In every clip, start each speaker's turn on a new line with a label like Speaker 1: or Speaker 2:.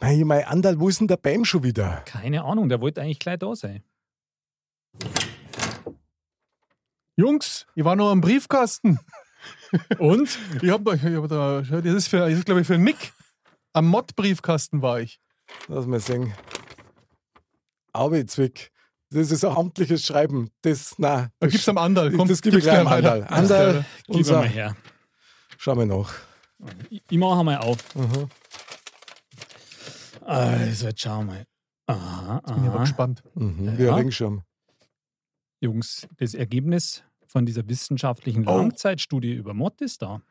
Speaker 1: Hey, mein Andal, wo ist denn der Bam schon wieder?
Speaker 2: Keine Ahnung, der wollte eigentlich gleich da sein. Jungs,
Speaker 3: Ich war noch am Briefkasten.
Speaker 2: und?
Speaker 3: Ich hab, ich hab da, das ist, für, das ist glaube ich, für den Mick. Am Mod-Briefkasten war ich.
Speaker 1: Lass mal sehen. Zwick. Das ist ein amtliches Schreiben. Das, na,
Speaker 3: Da
Speaker 1: das
Speaker 3: gibt's am Andal. Komm,
Speaker 1: das gebe ich
Speaker 3: gib's
Speaker 1: gleich am Andal.
Speaker 3: weiter.
Speaker 1: Andal,
Speaker 2: Gib ihn mal
Speaker 1: unser,
Speaker 2: her.
Speaker 1: schau mal nach.
Speaker 2: Ich, ich mache mal auf.
Speaker 3: Mhm.
Speaker 2: Also, jetzt schauen wir mal. Aha,
Speaker 3: Ich bin aber
Speaker 2: aha.
Speaker 3: gespannt.
Speaker 1: Mhm, Wie
Speaker 2: Ja.
Speaker 1: ein Regenschirm.
Speaker 2: Jungs, das Ergebnis von dieser wissenschaftlichen
Speaker 1: Oh.
Speaker 2: Langzeitstudie über Mott ist da.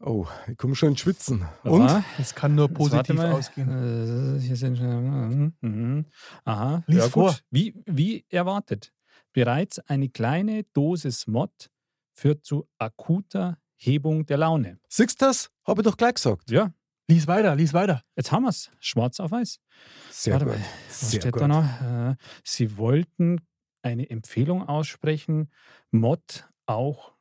Speaker 1: Oh, ich komme schon ins Schwitzen.
Speaker 2: Aber-
Speaker 1: Und?
Speaker 3: Es kann nur
Speaker 2: Jetzt warte
Speaker 3: positiv
Speaker 2: mal.
Speaker 3: ausgehen.
Speaker 2: Äh, hier sind schon. Mhm, mhm. Aha.
Speaker 3: Lies
Speaker 2: ja, gut.
Speaker 3: vor.
Speaker 2: Wie, wie erwartet, bereits eine kleine Dosis Mott führt zu akuter Hebung der Laune.
Speaker 1: Siehst du das? Habe ich doch gleich gesagt.
Speaker 2: Ja,
Speaker 3: Lies weiter, lies weiter.
Speaker 2: jetzt haben wir es. Schwarz auf weiß.
Speaker 1: Sehr
Speaker 2: Warte
Speaker 1: gut.
Speaker 2: mal, Was
Speaker 1: Sehr
Speaker 2: steht
Speaker 1: gut.
Speaker 2: da noch? Äh, Sie wollten eine Empfehlung aussprechen, Mod auch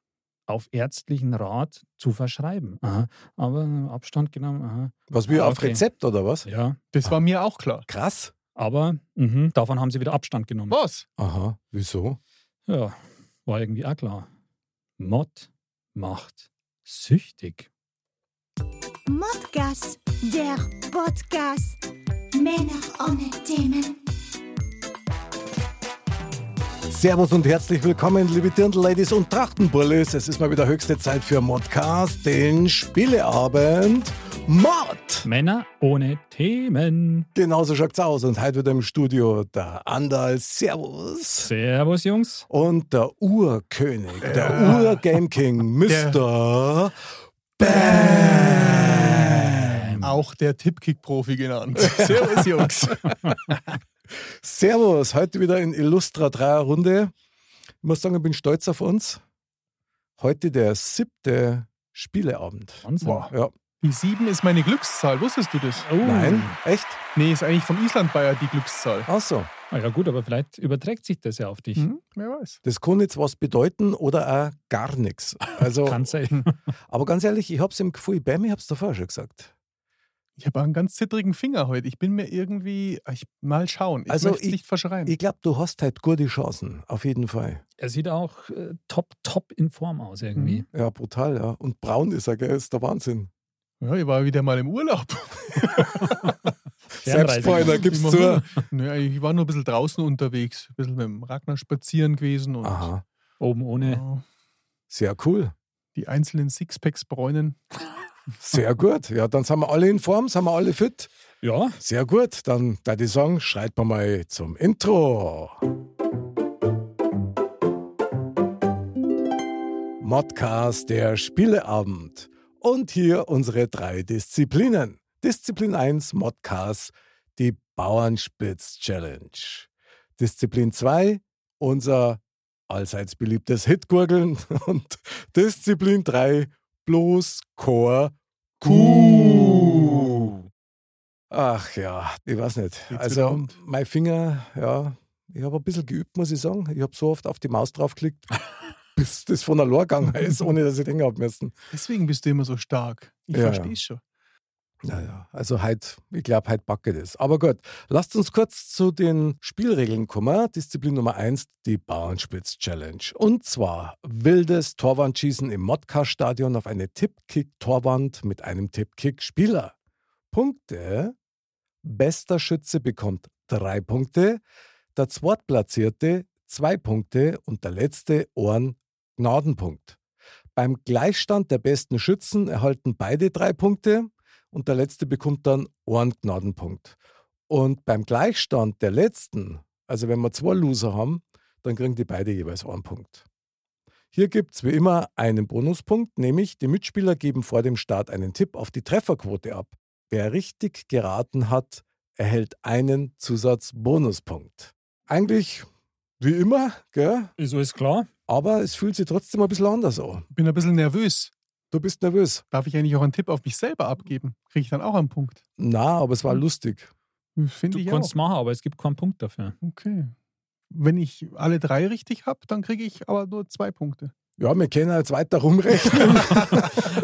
Speaker 2: auf ärztlichen Rat zu verschreiben. Aha. Aber äh, Abstand genommen. Aha.
Speaker 1: Was, wie
Speaker 2: Ah,
Speaker 1: auf
Speaker 2: okay.
Speaker 1: Rezept oder was?
Speaker 2: Ja,
Speaker 3: Das war mir auch klar.
Speaker 1: Krass.
Speaker 2: aber mhm, davon haben sie wieder Abstand genommen.
Speaker 3: Was?
Speaker 1: Aha, wieso?
Speaker 2: Ja, war irgendwie auch klar. Mod macht süchtig.
Speaker 4: Modcast, der Podcast. Männer ohne Themen.
Speaker 1: Servus und herzlich willkommen, liebe Dirndl-Ladies und Trachtenbullis. Es ist mal wieder höchste Zeit für Modcast, den Spieleabend Mod.
Speaker 2: Männer ohne Themen.
Speaker 1: Genauso schaut's aus. Und heute wieder im Studio der Andal. Servus.
Speaker 2: Servus, Jungs.
Speaker 1: Und der Urkönig, der Ur-Game King, Mr. Äh. Bam.
Speaker 3: Auch der Tippkick-Profi genannt. Servus, Jungs.
Speaker 1: Servus, heute wieder in Illustra 3 Runde. Ich muss sagen, ich bin stolz auf uns. Heute der siebte Spieleabend.
Speaker 2: Wahnsinn.
Speaker 1: Ja.
Speaker 3: Die 7 ist meine Glückszahl, wusstest du das?
Speaker 2: Oh.
Speaker 1: Nein, echt?
Speaker 3: Nee, ist eigentlich vom Islandbayer die Glückszahl.
Speaker 1: Ach so.
Speaker 2: Ah, ja, gut, aber vielleicht überträgt sich das ja auf dich.
Speaker 1: Mhm.
Speaker 3: Hm, wer weiß.
Speaker 1: Das kann jetzt was bedeuten oder auch gar nichts. Also,
Speaker 2: Kann sein.
Speaker 1: aber ganz ehrlich, ich hab's im Gefühl, Bam, ich hab's davor schon gesagt.
Speaker 3: Ich habe einen ganz zittrigen Finger heute. Ich bin mir irgendwie. ah, Ich, mal schauen. Ich
Speaker 1: Also
Speaker 3: möchte
Speaker 1: ich-
Speaker 3: nicht verschreien.
Speaker 1: Ich glaube, du hast halt gute Chancen, auf jeden Fall.
Speaker 2: Er sieht auch äh, top, top in Form aus irgendwie.
Speaker 3: Mhm.
Speaker 1: Ja, brutal, ja. Und braun ist er, gell? Ist der Wahnsinn.
Speaker 3: ja, ich war wieder mal im Urlaub.
Speaker 1: Selbstbräuner, gib's
Speaker 3: Ich mach
Speaker 1: zu.
Speaker 3: nur- Naja, ich war nur ein bisschen draußen unterwegs. Ein bisschen mit dem Ragnar spazieren gewesen und
Speaker 1: Aha,
Speaker 2: Oben ohne.
Speaker 3: ja,
Speaker 1: sehr cool.
Speaker 3: die einzelnen Sixpacks bräunen.
Speaker 1: Sehr gut. Ja, dann sind wir alle in Form, sind wir alle fit.
Speaker 2: Ja,
Speaker 1: Sehr gut. Dann da die Song schreit man mal zum Intro. Modcast der Spieleabend. Und hier unsere drei Disziplinen. Disziplin 1 Modcast, die Bauernspitz Challenge. Disziplin 2 unser allseits beliebtes Hitgurgeln und Disziplin 3 bloß Chor Kuh. Ach ja, ich weiß nicht.
Speaker 3: wieder
Speaker 1: also
Speaker 3: rund.
Speaker 1: mein Finger, ja, ich habe ein bisschen geübt, muss ich sagen. Ich habe so oft auf die Maus draufgeklickt, bis das von der Lor gegangen ist, ohne dass ich denken habe müssen.
Speaker 3: Deswegen bist du immer so stark. Ich
Speaker 1: Ja, ja.
Speaker 3: verstehe schon.
Speaker 1: Naja, also halt, ich glaube, halt backe das. Aber gut, lasst uns kurz zu den Spielregeln kommen. Disziplin Nummer 1, die Bauernspitz-Challenge. Und zwar wildes Torwandschießen im Modcast-Stadion auf eine Tippkick-Torwand mit einem Tippkick-Spieler. Punkte. Bester Schütze bekommt drei Punkte, der Zweitplatzierte zwei Punkte und der letzte Ohren Gnadenpunkt. Beim Gleichstand der besten Schützen erhalten beide drei Punkte und der letzte bekommt dann einen Gnadenpunkt. Und beim Gleichstand der letzten, also wenn wir zwei Loser haben, dann kriegen die beide jeweils einen Punkt. Hier gibt es wie immer einen Bonuspunkt, nämlich die Mitspieler geben vor dem Start einen Tipp auf die Trefferquote ab. Wer richtig geraten hat, erhält einen Zusatzbonuspunkt. Eigentlich wie immer, gell?
Speaker 2: So ist klar.
Speaker 1: aber es fühlt sich trotzdem ein bisschen anders an.
Speaker 3: Bin ein bisschen nervös.
Speaker 1: Du bist nervös.
Speaker 3: Darf ich eigentlich auch einen Tipp auf mich selber abgeben? Kriege ich dann auch einen Punkt?
Speaker 1: Na, aber es war lustig.
Speaker 3: Finde
Speaker 2: Du
Speaker 3: ich
Speaker 2: kannst
Speaker 3: auch.
Speaker 2: machen, aber es gibt keinen Punkt dafür.
Speaker 3: Okay. Wenn ich alle drei richtig habe, dann kriege ich aber nur zwei Punkte.
Speaker 1: Ja, wir können jetzt weiter rumrechnen.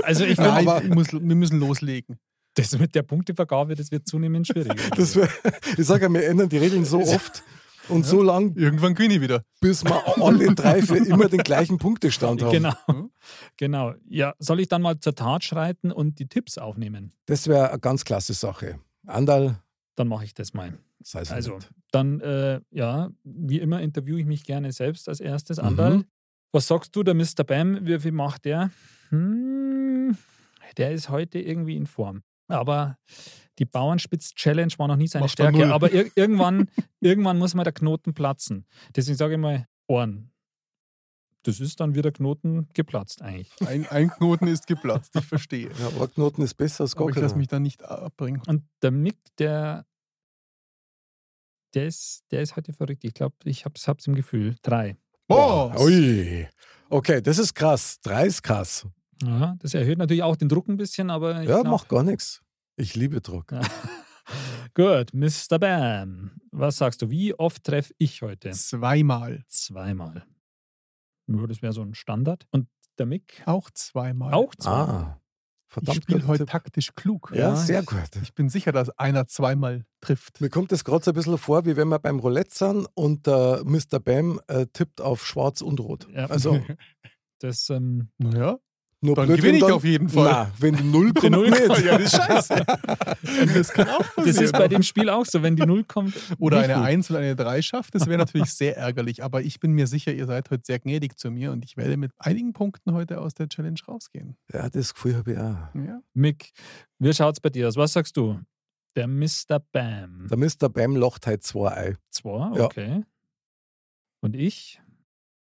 Speaker 2: Also ich
Speaker 3: Nein,
Speaker 2: finde,
Speaker 3: ich muss, wir müssen loslegen.
Speaker 2: das mit der Punktevergabe, das wird zunehmend schwieriger.
Speaker 1: Das wär, ich sage ja, wir ändern die Regeln so oft und so lang,
Speaker 3: Irgendwann gewinne ich wieder.
Speaker 1: bis wir alle drei für immer den gleichen Punktestand haben.
Speaker 2: genau. Genau. Ja, soll ich dann mal zur Tat schreiten und die Tipps aufnehmen?
Speaker 1: Das wäre eine ganz klasse Sache. Andal,
Speaker 2: Dann mache ich das mal.
Speaker 1: sei es
Speaker 2: Also,
Speaker 1: nicht.
Speaker 2: dann, äh, ja, wie immer interviewe ich mich gerne selbst als erstes.
Speaker 1: Mhm.
Speaker 2: Anderl, was sagst du, der Mr. Bam, wie viel macht der? Hm, der ist heute irgendwie in Form. Aber die Bauernspitz-Challenge war noch nie seine
Speaker 3: Macht er
Speaker 2: Stärke.
Speaker 3: null.
Speaker 2: Aber ir irgendwann, irgendwann muss mal der Knoten platzen. Deswegen sage ich mal, Ohren. Das ist dann wieder Knoten geplatzt eigentlich.
Speaker 3: Ein, ein Knoten ist geplatzt, ich verstehe.
Speaker 1: Ja, Ohrknoten ist besser als
Speaker 3: Aber ich lasse
Speaker 1: Gockel.
Speaker 3: mich da nicht abbringen.
Speaker 2: Und der Mick, der, der, ist, der ist heute verrückt. Ich glaube, ich habe es im Gefühl. Drei.
Speaker 1: Boah,
Speaker 3: Boah!
Speaker 1: Oh, Ui. Okay, das ist krass. Drei ist krass.
Speaker 2: Ja, das erhöht natürlich auch den Druck ein bisschen, aber ich
Speaker 1: Ja,
Speaker 2: glaub-
Speaker 1: macht gar nichts. Ich liebe Druck.
Speaker 2: Ja. Gut, Mr. Bam, was sagst du? Wie oft treffe ich heute?
Speaker 3: Zweimal.
Speaker 2: Zweimal. Ja, das wäre so ein Standard. Und der Mick
Speaker 3: Auch zweimal.
Speaker 2: auch zweimal.
Speaker 1: Ah,
Speaker 3: ich
Speaker 1: verdammt.
Speaker 3: spiele
Speaker 1: guter
Speaker 3: heute
Speaker 1: Tipp.
Speaker 3: taktisch klug.
Speaker 1: Ja, sehr gut.
Speaker 3: Ich bin sicher, dass einer zweimal trifft.
Speaker 1: Mir kommt das gerade so ein bisschen vor, wie wenn wir beim Roulette sind und äh, Mr. Bam äh, tippt auf Schwarz und Rot.
Speaker 2: Ja.
Speaker 1: Also
Speaker 2: Das, ähm,
Speaker 3: Naja,
Speaker 1: nur
Speaker 3: dann
Speaker 1: blöd,
Speaker 3: gewinne
Speaker 1: wenn
Speaker 3: ich
Speaker 1: dann-
Speaker 3: auf jeden Fall.
Speaker 1: Nein, wenn die Null kommt,
Speaker 2: Null
Speaker 1: nicht.
Speaker 3: Ja, das ist scheiße. das kann auch
Speaker 2: das ist
Speaker 3: passieren.
Speaker 2: bei dem Spiel auch so, wenn die Null kommt.
Speaker 3: Oder
Speaker 2: nicht
Speaker 3: eine
Speaker 2: gut.
Speaker 3: 1 und eine 3 schafft, das wäre natürlich sehr ärgerlich. Aber ich bin mir sicher, ihr seid heute sehr gnädig zu mir und ich werde mit einigen Punkten heute aus der Challenge rausgehen.
Speaker 1: Ja, das Gefühl habe ich auch.
Speaker 3: Ja.
Speaker 2: Mick, wie schaut es bei dir aus? Was sagst du? Der Mr. Bam.
Speaker 1: Der Mr. Bam locht halt zwei ein.
Speaker 2: Zwei,
Speaker 1: Ja.
Speaker 2: okay. Und ich?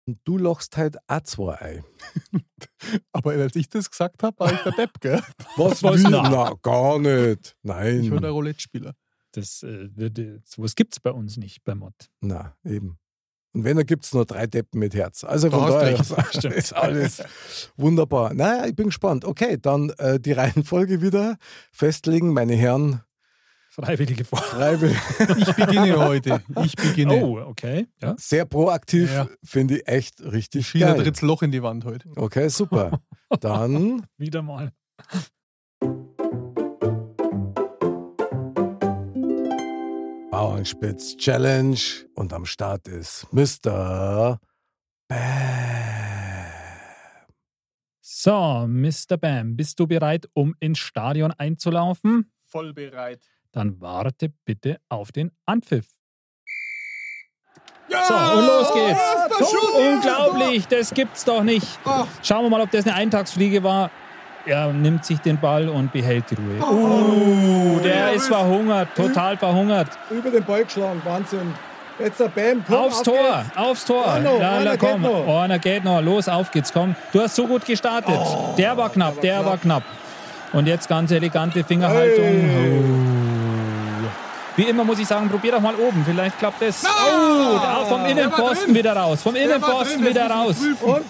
Speaker 1: Und du lochst halt auch zwei ein.
Speaker 3: Aber als ich das gesagt habe, war ich der Depp, gell?
Speaker 1: Was
Speaker 2: Was?
Speaker 1: will?
Speaker 2: Na.
Speaker 1: Na, gar nicht.
Speaker 3: Ich war der
Speaker 1: Nein.
Speaker 3: Roulette-Spieler.
Speaker 2: Das äh, würde, sowas gibt es bei uns nicht, bei Mod.
Speaker 1: Na, eben. Und wenn, dann gibt es nur drei Deppen mit Herz. Also
Speaker 3: Da
Speaker 1: von
Speaker 3: hast
Speaker 1: daher
Speaker 3: recht.
Speaker 2: Stimmt.
Speaker 1: ist alles wunderbar. Naja, ich bin gespannt. Okay, dann äh, die Reihenfolge wieder festlegen, meine Herren.
Speaker 2: Freiwillige Vor.
Speaker 1: Freiwillig.
Speaker 3: Ich beginne heute. Ich beginne.
Speaker 2: Oh, okay. Ja.
Speaker 1: Sehr proaktiv,
Speaker 3: Ja.
Speaker 1: finde ich echt richtig
Speaker 3: China
Speaker 1: geil.
Speaker 3: dritt's Loch in die Wand heute.
Speaker 1: Okay, super. Dann
Speaker 2: Wieder mal.
Speaker 1: Bauernspitz Challenge und am Start ist Mr. Bam.
Speaker 2: So, Mr. Bam, bist du bereit, um ins Stadion einzulaufen?
Speaker 3: Voll bereit.
Speaker 2: Dann warte bitte auf den Anpfiff.
Speaker 3: Ja!
Speaker 2: So, und los
Speaker 3: Erster
Speaker 2: geht's.
Speaker 3: Schuss, Ah.
Speaker 2: Unglaublich, das gibt's doch nicht.
Speaker 3: Ach.
Speaker 2: Schauen wir mal, ob das eine Eintagsfliege war. Er nimmt sich den Ball und behält die Ruhe.
Speaker 3: Oh,
Speaker 2: Der ist verhungert, total verhungert.
Speaker 1: Über den Ball geschlagen, Wahnsinn. Jetzt der Bam,
Speaker 2: Aufs Tor, aufs Tor.
Speaker 1: Oh, no,
Speaker 2: ja,
Speaker 1: einer
Speaker 2: na, komm.
Speaker 1: geht noch.
Speaker 2: Oh, einer geht noch. Los, auf geht's, komm. Du hast so gut gestartet.
Speaker 1: Oh,
Speaker 2: der war knapp, der war knapp. Und jetzt ganz elegante Fingerhaltung. Oh. Wie immer muss ich sagen, probier doch mal oben. Vielleicht klappt es. Oh, da- vom Innenposten wieder raus. Vom Innenposten wieder raus.
Speaker 1: Und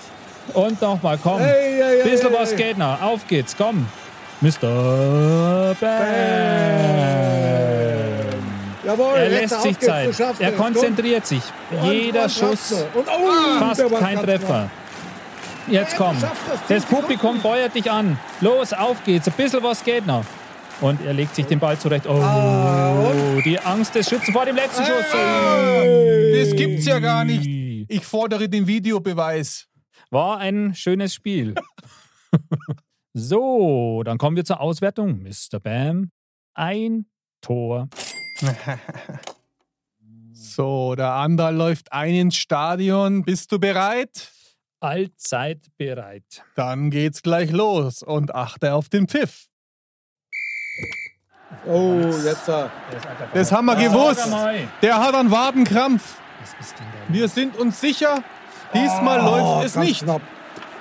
Speaker 2: Und nochmal, komm.
Speaker 1: Ei, ei, ei,
Speaker 2: Bisschen
Speaker 1: ei,
Speaker 2: was
Speaker 1: ei.
Speaker 2: geht noch. Auf geht's, komm. Mr. Bam.
Speaker 1: jawohl,
Speaker 2: Er
Speaker 1: jetzt
Speaker 2: lässt
Speaker 1: auf
Speaker 2: sich
Speaker 1: geht's, du
Speaker 2: Zeit.
Speaker 1: schaffst
Speaker 2: Er
Speaker 1: es, komm.
Speaker 2: konzentriert sich.
Speaker 1: Und-
Speaker 2: Jeder
Speaker 1: und schaffst
Speaker 2: Schuss
Speaker 1: du. Und, oh,
Speaker 2: fast
Speaker 1: der war
Speaker 2: kein
Speaker 1: ganz knapp.
Speaker 2: Treffer. Jetzt
Speaker 1: Ja,
Speaker 2: komm.
Speaker 1: du schaffst das.
Speaker 2: Das
Speaker 1: Fünf
Speaker 2: Publikum
Speaker 1: Sekunden.
Speaker 2: feuert dich an. Los, auf geht's. Ein bisschen was geht noch. Und er legt sich den Ball zurecht. Oh,
Speaker 3: Ah,
Speaker 2: die Angst des Schützen vor dem letzten
Speaker 3: Das gibt's ja gar nicht.
Speaker 2: Schuss.
Speaker 3: Ich fordere den Videobeweis.
Speaker 2: War ein schönes Spiel. so, dann kommen wir zur Auswertung. Mr. Bam, ein Tor.
Speaker 3: So, der Ander läuft ein ins Stadion. Bist du bereit?
Speaker 2: Allzeit bereit.
Speaker 3: Dann geht's gleich los und achte auf den Pfiff.
Speaker 1: Oh, jetzt. äh,
Speaker 3: Das haben wir gewusst. Der hat einen Wadenkrampf.
Speaker 2: Was ist denn da?
Speaker 3: Wir sind uns sicher, diesmal läuft es
Speaker 1: ganz
Speaker 3: nicht.
Speaker 1: Knapp.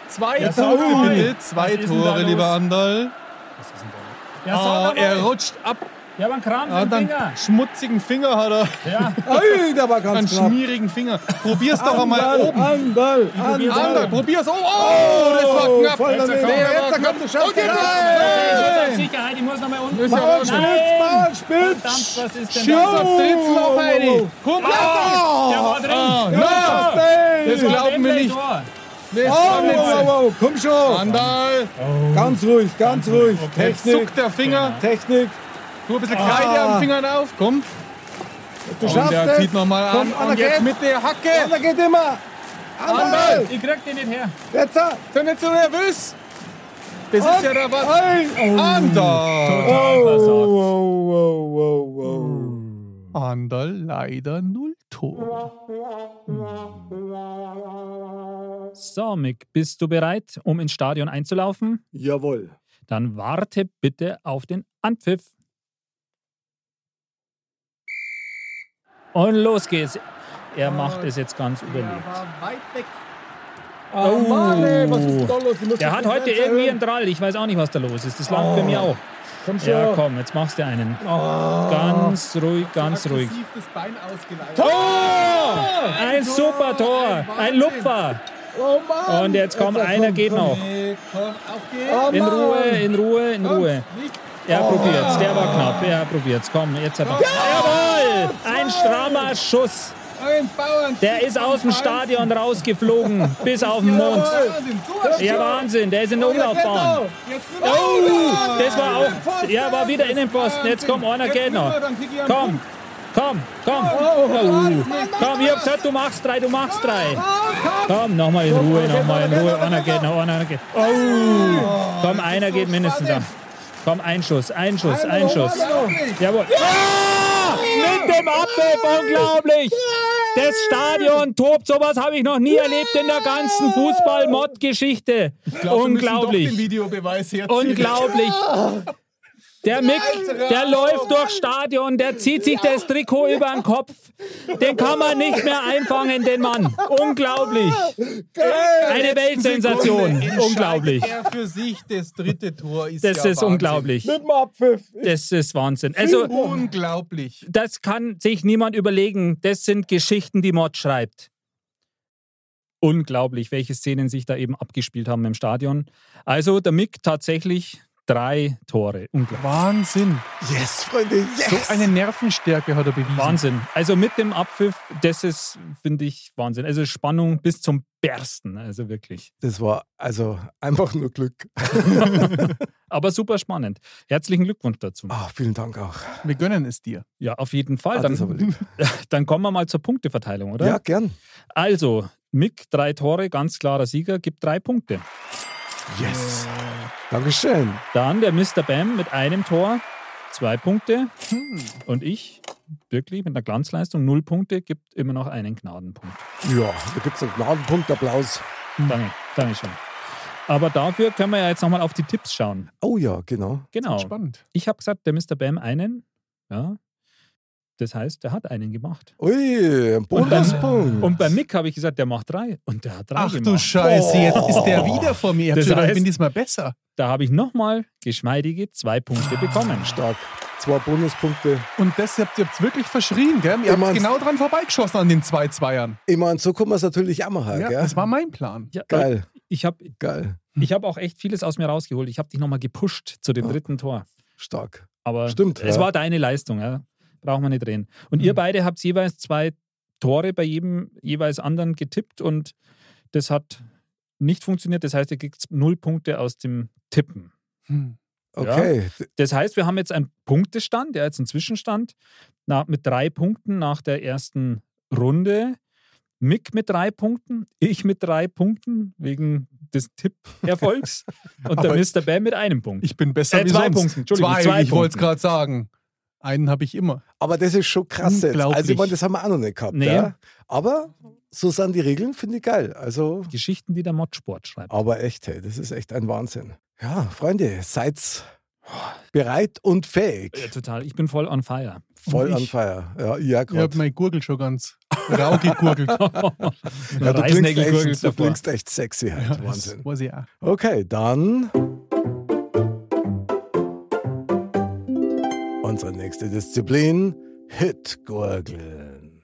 Speaker 5: Zwei
Speaker 3: Ja,
Speaker 5: Tore.
Speaker 3: sag mir bitte,
Speaker 5: Was
Speaker 3: zwei
Speaker 5: ist denn da
Speaker 3: Tore,
Speaker 5: los?
Speaker 3: lieber Andal.
Speaker 2: Was ist denn da?
Speaker 5: Ja,
Speaker 3: Ah,
Speaker 5: sag
Speaker 3: er
Speaker 5: er
Speaker 3: rutscht ab.
Speaker 2: Ja, aber ein Kram
Speaker 3: Ah,
Speaker 2: für den
Speaker 3: dann Ah,
Speaker 2: Finger.
Speaker 3: schmutzigen Finger hat er.
Speaker 2: Ja,
Speaker 1: Ei, der war
Speaker 3: Einen
Speaker 1: ganz knapp.
Speaker 3: schmierigen Finger. Probier's doch einmal
Speaker 1: Andal,
Speaker 3: oben.
Speaker 1: Andal,
Speaker 2: probier's
Speaker 1: Andal.
Speaker 3: Andal, probier's. Oh, oh, das
Speaker 1: Oh,
Speaker 3: war knapp.
Speaker 1: voll
Speaker 3: Jetzt
Speaker 1: daneben.
Speaker 3: kommt er,
Speaker 1: Jetzt
Speaker 3: war
Speaker 1: kommt
Speaker 3: knapp.
Speaker 1: der Schaft.
Speaker 3: Und jetzt-
Speaker 1: Nein.
Speaker 2: Hey, ich Sicherheit, ich muss nochmal unten.
Speaker 3: Ist ja
Speaker 2: Nein!
Speaker 3: wurscht.
Speaker 1: Bauernspitz,
Speaker 2: Verdammt, was ist denn
Speaker 3: Schau,
Speaker 2: da?
Speaker 3: da tritt's noch eine. Komm,
Speaker 2: Der war drin. Ja,
Speaker 3: Ah, na, das
Speaker 2: war
Speaker 3: glauben wir
Speaker 2: Wembley
Speaker 3: nicht.
Speaker 2: Tor.
Speaker 3: Das
Speaker 1: Oh,
Speaker 3: war nicht
Speaker 1: wow,
Speaker 3: so.
Speaker 1: wow, wow, komm schon.
Speaker 3: Andal,
Speaker 2: Oh.
Speaker 1: Ganz ruhig, ganz ruhig.
Speaker 3: jetzt
Speaker 1: Technik,
Speaker 3: zuckt der Finger.
Speaker 1: Technik.
Speaker 3: Tu ein bisschen Kreide
Speaker 1: Ah.
Speaker 3: am Fingern auf. Komm.
Speaker 1: Du
Speaker 3: Und
Speaker 1: schaffst
Speaker 3: der
Speaker 1: es.
Speaker 3: zieht nochmal an.
Speaker 1: Komm, Anna
Speaker 3: Und jetzt
Speaker 1: geht.
Speaker 3: mit der Hacke.
Speaker 1: Anna geht immer. Andal,
Speaker 2: Ich krieg den nicht her.
Speaker 1: jetzt. ah.
Speaker 3: Sei nicht so nervös. Das ist ja der Wahnsinn.
Speaker 1: Ei.
Speaker 3: Andal.
Speaker 1: Oh,
Speaker 2: versagt.
Speaker 1: wow, wow, wow, wow.
Speaker 3: Andal leider null Tor.
Speaker 2: So, Mick, bist du bereit, um ins Stadion einzulaufen?
Speaker 1: Jawohl.
Speaker 2: Dann warte bitte auf den Anpfiff. Und los geht's. Er macht es jetzt ganz überlegt.
Speaker 3: weit weg.
Speaker 1: Oh, Mann, ey, was ist da los? Ich muss
Speaker 2: Der
Speaker 1: das
Speaker 2: hat
Speaker 1: Fenster
Speaker 2: heute irgendwie
Speaker 1: erhöhen.
Speaker 2: einen Drall. Ich weiß auch nicht, was da los ist. Das lag bei mir auch.
Speaker 1: Oh, Komm schon. Oh.
Speaker 2: Ja, komm, jetzt machst du einen. Ganz ruhig, ganz ruhig. Oh!
Speaker 3: das Bein ausgeleiert.
Speaker 2: Ein super Tor, ein Lupfer.
Speaker 1: Oh, Mann.
Speaker 2: Und jetzt kommt
Speaker 1: Jetzt,
Speaker 2: einer, geht noch.
Speaker 3: Komm,
Speaker 1: Oh,
Speaker 3: auf
Speaker 2: In
Speaker 1: Mann.
Speaker 2: Ruhe, in Ruhe, in Ruhe.
Speaker 3: Nicht.
Speaker 2: Er probiert's, der war knapp. Er probiert's, komm, jetzt hat er. Jawohl! Ein strammer Schuss.
Speaker 3: Ein Bauern.
Speaker 2: Der ist aus dem Stadion rausgeflogen, bis auf den Mond. Ja, Wahnsinn, der ist in der Umlaufbahn.
Speaker 3: Jetzt
Speaker 2: Oh, das war auch. Ja, war wieder in den Posten. Jetzt kommt einer, geht noch. Komm, komm, komm. Oh, komm, ich hab gesagt, du machst drei, du machst drei. Komm, nochmal in Ruhe, nochmal in Ruhe. Einer geht noch, einer geht. Oh, komm, einer geht mindestens an. Komm, ein Schuss, ein Schuss, ein Schuss. Jawohl. Ah, mit dem Abwurf, unglaublich. Das Stadion tobt, sowas habe ich noch nie erlebt in der ganzen Fußball-Mod-Geschichte.
Speaker 3: Den
Speaker 2: Unglaublich,
Speaker 3: Videobeweis jetzt.
Speaker 2: unglaublich. Der Mick, der läuft durchs Stadion, der zieht sich das Trikot über den Kopf. Den kann man nicht mehr einfangen, den Mann. Unglaublich. Eine Weltsensation. Unglaublich.
Speaker 3: Er für sich das dritte Tor ist
Speaker 2: Das
Speaker 3: ja
Speaker 2: ist
Speaker 3: Wahnsinn.
Speaker 2: unglaublich.
Speaker 1: Mit dem Abpfiff.
Speaker 2: Das ist Wahnsinn. Also,
Speaker 3: Unglaublich.
Speaker 2: das kann sich niemand überlegen. Das sind Geschichten, die Mod schreibt. Unglaublich, welche Szenen sich da eben abgespielt haben im Stadion. Also der Mick tatsächlich drei Tore. Unglaublich.
Speaker 3: Wahnsinn.
Speaker 1: Yes, Freunde, yes.
Speaker 3: So eine Nervenstärke hat er bewiesen.
Speaker 2: Wahnsinn. Also mit dem Abpfiff, das ist, finde ich, Wahnsinn. Also Spannung bis zum Bersten. Also wirklich.
Speaker 1: Das war also einfach nur Glück.
Speaker 2: Aber super spannend. Herzlichen Glückwunsch dazu.
Speaker 1: Ah, vielen Dank auch.
Speaker 3: Wir gönnen es dir.
Speaker 2: Ja, auf jeden Fall.
Speaker 1: Ah, das ist aber
Speaker 2: Dann, dann kommen wir mal zur Punkteverteilung, oder?
Speaker 1: Ja, gern.
Speaker 2: Also, Mick, drei Tore, ganz klarer Sieger, gibt drei Punkte.
Speaker 1: Yes. Dankeschön.
Speaker 2: Dann der Mr. Bam mit einem Tor, zwei Punkte.
Speaker 1: Hm.
Speaker 2: Und ich, wirklich mit einer Glanzleistung, null Punkte, gibt immer noch einen Gnadenpunkt.
Speaker 1: Ja, da gibt es einen Gnadenpunkt Applaus.
Speaker 2: Danke, danke schön. Aber dafür können wir ja jetzt nochmal auf die Tipps schauen.
Speaker 1: Oh ja, genau.
Speaker 2: Genau.
Speaker 3: Spannend.
Speaker 2: Ich habe gesagt, der Mr. Bam einen. Ja. Das heißt, der hat einen gemacht.
Speaker 1: Ui, ein
Speaker 2: Und beim,
Speaker 1: Bonuspunkt.
Speaker 2: und bei Mick habe ich gesagt, der macht drei. Und der hat drei
Speaker 3: Ach du
Speaker 2: gemacht.
Speaker 3: Scheiße, jetzt ist der wieder vor mir. Ich hab
Speaker 2: Das
Speaker 3: schon gedacht,
Speaker 2: heißt-
Speaker 3: ich bin diesmal besser.
Speaker 2: da habe ich nochmal geschmeidige zwei
Speaker 1: Ah,
Speaker 2: Punkte bekommen.
Speaker 1: Stark. Zwei Bonuspunkte.
Speaker 3: Und das habt ihr habt's wirklich verschrien, gell? Ihr habt
Speaker 1: meinst-
Speaker 3: genau dran vorbeigeschossen an den zwei Zweiern.
Speaker 1: Ich meine, so kann man es natürlich auch machen,
Speaker 3: Ja,
Speaker 1: gell?
Speaker 3: das war mein Plan.
Speaker 2: Ja,
Speaker 1: Geil, Hm.
Speaker 2: Ich habe
Speaker 1: geil.
Speaker 2: ich hab auch echt vieles aus mir rausgeholt. Ich habe dich nochmal gepusht zu dem dritten Tor.
Speaker 1: Stark.
Speaker 2: Aber
Speaker 1: Ah. Stimmt,
Speaker 2: es
Speaker 1: ja. Hm.
Speaker 2: war deine Leistung, ja. Brauchen wir nicht reden. Und ihr beide habt jeweils zwei Tore bei jedem jeweils anderen getippt und das hat nicht funktioniert. Das heißt, ihr kriegt null Punkte aus dem Tippen.
Speaker 3: Hm.
Speaker 1: Okay.
Speaker 2: Das heißt, wir haben jetzt einen Punktestand, ja, jetzt einen Zwischenstand nach, mit drei Punkten nach der ersten Runde. Mick mit drei Punkten, ich mit drei Punkten wegen des Tipperfolgs und der
Speaker 3: Aber-
Speaker 2: Mr. Bam mit einem Punkt.
Speaker 3: Ich bin besser
Speaker 2: Äh,
Speaker 3: wie
Speaker 2: zwei
Speaker 3: sonst.
Speaker 2: Punkten, Entschuldigung,
Speaker 3: Zwei,
Speaker 2: zwei
Speaker 3: ich wollte es
Speaker 2: Punkten.
Speaker 3: gerade sagen. Einen habe ich immer.
Speaker 1: Aber das ist schon krass jetzt. Also, ich
Speaker 3: Unglaublich.
Speaker 1: meine, das haben wir auch noch nicht gehabt.
Speaker 2: Nee.
Speaker 1: Ja? Aber so sind die Regeln, finde ich geil. Also,
Speaker 2: Geschichten, die der Modsport schreibt.
Speaker 1: aber echt, hey, das ist echt ein Wahnsinn. Ja, Freunde, seid's bereit und fähig.
Speaker 2: Ja, total. Ich bin voll on
Speaker 1: Oh.
Speaker 2: fire.
Speaker 1: Voll
Speaker 3: Und
Speaker 1: an
Speaker 3: ich-
Speaker 1: Feier. Ja, ja
Speaker 3: Ich habe
Speaker 1: gerade.
Speaker 3: meine Gurgel schon ganz rau gegurgelt.
Speaker 1: Ja, du, klingst
Speaker 2: Reißnägel gurgelt
Speaker 1: echt, du
Speaker 2: davor.
Speaker 1: klingst echt sexy halt. Wahnsinn.
Speaker 3: War sie auch.
Speaker 1: Okay, dann. Unsere nächste Disziplin: Hitgurgeln.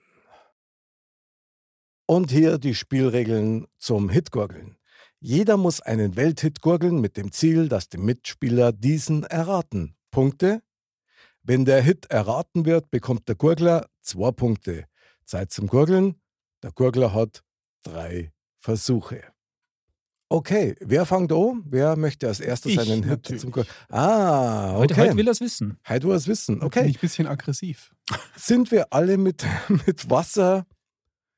Speaker 1: Und hier die Spielregeln zum Hitgurgeln. Jeder muss einen Welthit gurgeln mit dem Ziel, dass die Mitspieler diesen erraten. Punkte. Wenn der Hit erraten wird, bekommt der Gurgler zwei Punkte. Zeit zum Gurgeln. Der Gurgler hat drei Versuche. Okay, wer fängt an? Wer möchte als erstes
Speaker 3: Ich
Speaker 1: einen Hit
Speaker 3: natürlich.
Speaker 1: zum Gurgeln? Ah, okay.
Speaker 2: Heute, heute will er es wissen.
Speaker 1: Heute will er's wissen.
Speaker 3: Bin
Speaker 1: Okay,
Speaker 3: ich ein bisschen aggressiv.
Speaker 1: sind wir alle mit, mit Wasser?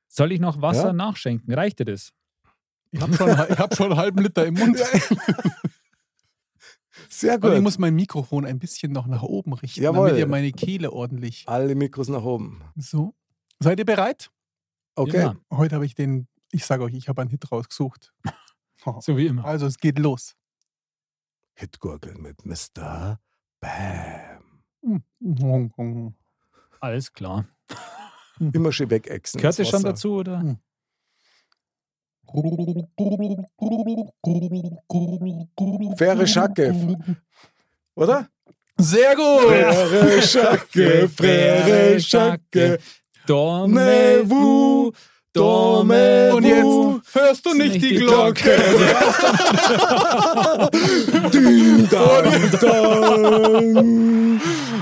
Speaker 2: Soll ich noch Wasser
Speaker 1: Ja.
Speaker 2: nachschenken? Reicht dir das?
Speaker 3: Ich habe schon, ich hab schon einen halben Liter im Mund.
Speaker 1: Sehr
Speaker 3: Aber ich
Speaker 1: gut.
Speaker 3: muss mein Mikrofon ein bisschen noch nach oben richten,
Speaker 1: Jawohl.
Speaker 3: damit ihr meine Kehle ordentlich.
Speaker 1: Alle Mikros nach oben.
Speaker 3: So. Seid ihr bereit?
Speaker 1: Okay.
Speaker 2: Immer.
Speaker 3: Heute habe ich den, ich sage euch, ich habe einen Hit rausgesucht.
Speaker 2: So wie immer.
Speaker 3: Also es geht los.
Speaker 1: Hitgurgeln mit Mr. Bam.
Speaker 2: Alles klar.
Speaker 1: Immer schön wegexen.
Speaker 2: Mhm.
Speaker 1: das
Speaker 2: Gehört es schon
Speaker 1: Wasser.
Speaker 2: dazu, oder?
Speaker 3: Hm.
Speaker 1: Faire Schacke, oder?
Speaker 3: Sehr gut!
Speaker 1: Frère Schacke, Frère Schacke,
Speaker 2: Dormewu,
Speaker 1: Dormewu.
Speaker 2: Dormewu.
Speaker 3: Und jetzt hörst du nicht die Glocke.
Speaker 1: Ding Dong Dong.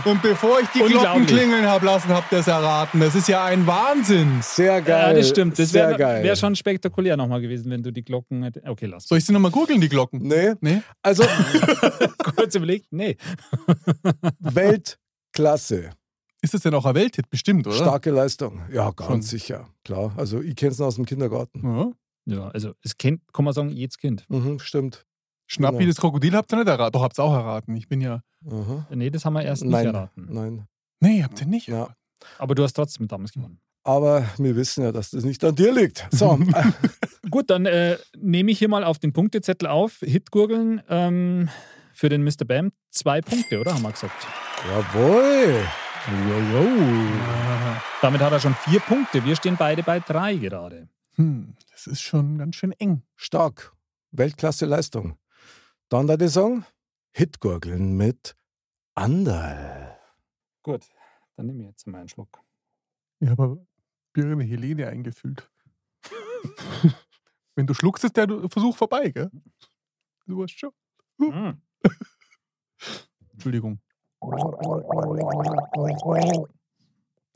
Speaker 3: Und bevor ich die Glocken
Speaker 2: Unglaublich.
Speaker 3: klingeln habe lassen, habt ihr es erraten. Das ist ja ein Wahnsinn.
Speaker 1: Sehr geil.
Speaker 2: Ja, das stimmt. Das
Speaker 1: Sehr
Speaker 2: wäre
Speaker 1: geil.
Speaker 2: wär schon spektakulär nochmal gewesen, wenn du die Glocken. hätt- Okay, lass.
Speaker 3: Soll ich sie nochmal googeln, die Glocken?
Speaker 1: Nee,
Speaker 3: Nee?
Speaker 1: also
Speaker 2: Kurz überlegt. Nee.
Speaker 1: Weltklasse.
Speaker 3: Ist das denn auch ein Welthit? Bestimmt, oder?
Speaker 1: Starke Leistung. Ja, ganz
Speaker 3: Schon.
Speaker 1: sicher. Klar. Also ich kenne es aus dem Kindergarten.
Speaker 3: Ja.
Speaker 2: Ja, also es kennt, kann man sagen, jedes Kind.
Speaker 1: Mhm, stimmt.
Speaker 3: Schnappi,
Speaker 1: Genau.
Speaker 3: das Krokodil habt ihr nicht erraten. Doch, habt ihr auch erraten. Ich bin ja.
Speaker 1: Aha.
Speaker 2: Nee, das Hm. haben wir erst
Speaker 1: Nein,
Speaker 2: nicht erraten.
Speaker 1: nein.
Speaker 3: Nee, habt ihr nicht.
Speaker 1: Ja.
Speaker 2: Aber du hast trotzdem damals gewonnen.
Speaker 1: Aber wir wissen ja, dass das nicht an dir liegt. So,
Speaker 2: Gut, dann äh, nehme ich hier mal auf den Punktezettel auf. Hitgurgeln ähm, für den Mr. Bam. Zwei Punkte, oder? Haben wir gesagt.
Speaker 1: jawohl.
Speaker 3: Ah,
Speaker 2: Damit hat er schon vier Punkte. Wir stehen beide bei drei gerade.
Speaker 3: Hm, das ist schon ganz schön eng.
Speaker 1: Stark. Weltklasse Leistung. Dann der Song Hitgurgeln mit Anderl.
Speaker 2: Gut, dann nehme ich jetzt mal einen Schluck.
Speaker 3: Ich habe Birne Helene eingefüllt. Wenn du schluckst, ist der Versuch vorbei, gell? Du warst schon.
Speaker 2: Hm.
Speaker 3: Entschuldigung.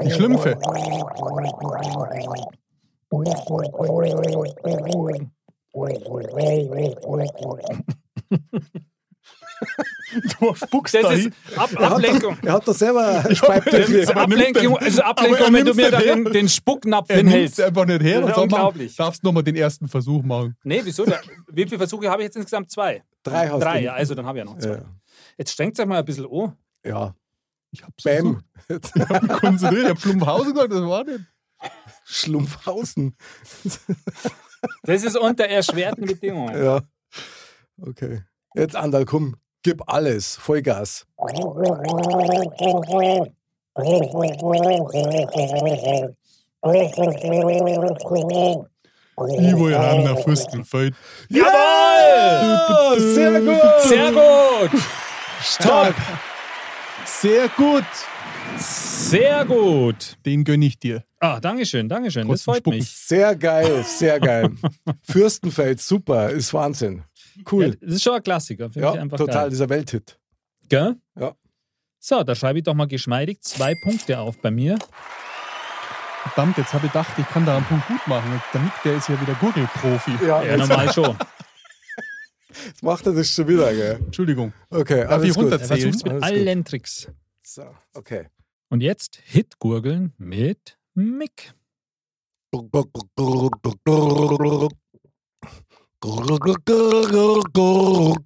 Speaker 3: Die Schlümpfe. Du spuckst
Speaker 2: Das
Speaker 3: da
Speaker 2: ist
Speaker 3: hin.
Speaker 2: Ab Ablenkung.
Speaker 1: Er hat das selber
Speaker 3: das
Speaker 1: Speibdeckel.
Speaker 3: ist aber
Speaker 2: Ablenkung,
Speaker 3: nimmt
Speaker 2: also
Speaker 3: aber er
Speaker 2: Ablenkung, wenn du
Speaker 3: nimmt's
Speaker 2: mir da
Speaker 3: nicht her.
Speaker 2: den, den Spucknapf
Speaker 3: Er nimmt's
Speaker 2: hinhältst.
Speaker 3: einfach nicht her.
Speaker 2: Das ist
Speaker 3: Was soll man machen?
Speaker 2: unglaublich.
Speaker 3: Darfst nochmal den ersten Versuch machen.
Speaker 2: Nee, wieso? Da, wie viele Versuche habe ich jetzt insgesamt? Zwei.
Speaker 1: Drei hast
Speaker 2: Drei,
Speaker 1: du.
Speaker 2: ja, also dann habe ich ja noch zwei.
Speaker 1: Ja.
Speaker 2: Jetzt strengt euch mal ein bisschen an.
Speaker 1: ja.
Speaker 3: Ich hab's
Speaker 1: Bam.
Speaker 3: versucht. Konntest du nicht. Ich hab Schlumpfhausen gesagt, das war nicht.
Speaker 1: Schlumpfhausen.
Speaker 2: Das ist unter erschwerten Bedingungen.
Speaker 1: Ja. Okay. Jetzt Anderl, komm, gib alles, Vollgas.
Speaker 3: Ivo Johann nach Fürstenfeld.
Speaker 1: Jawohl! Sehr gut!
Speaker 2: Sehr gut!
Speaker 1: Stark!
Speaker 3: Sehr gut.
Speaker 2: Sehr gut!
Speaker 3: Den gönn ich dir.
Speaker 2: Ah, Dankeschön, Dankeschön. Das freut
Speaker 3: Trotzdem spucken.
Speaker 2: mich.
Speaker 1: Sehr geil, sehr geil. Fürstenfeld, super, ist Wahnsinn.
Speaker 2: Ja,
Speaker 1: Cool.
Speaker 2: das ist schon ein Klassiker. Finde
Speaker 1: Ja,
Speaker 2: ich einfach
Speaker 1: total,
Speaker 2: geil.
Speaker 1: dieser Welthit.
Speaker 2: Gell?
Speaker 1: Ja.
Speaker 2: So, da schreibe ich doch mal geschmeidig zwei Punkte auf bei mir.
Speaker 3: Verdammt, jetzt habe ich gedacht, ich kann da einen Punkt gut machen. Der Nick, der ist ja wieder Gurgelprofi.
Speaker 1: Ja,
Speaker 2: Ja,
Speaker 1: jetzt,
Speaker 2: normal schon.
Speaker 1: jetzt macht er das schon wieder, gell?
Speaker 3: Entschuldigung.
Speaker 1: Okay, alles
Speaker 3: ich
Speaker 1: gut.
Speaker 2: Er
Speaker 3: runterzählen?
Speaker 2: versucht mit
Speaker 1: Alles gut.
Speaker 2: allen Tricks.
Speaker 1: So, okay.
Speaker 2: Und jetzt Hitgurgeln mit Mick.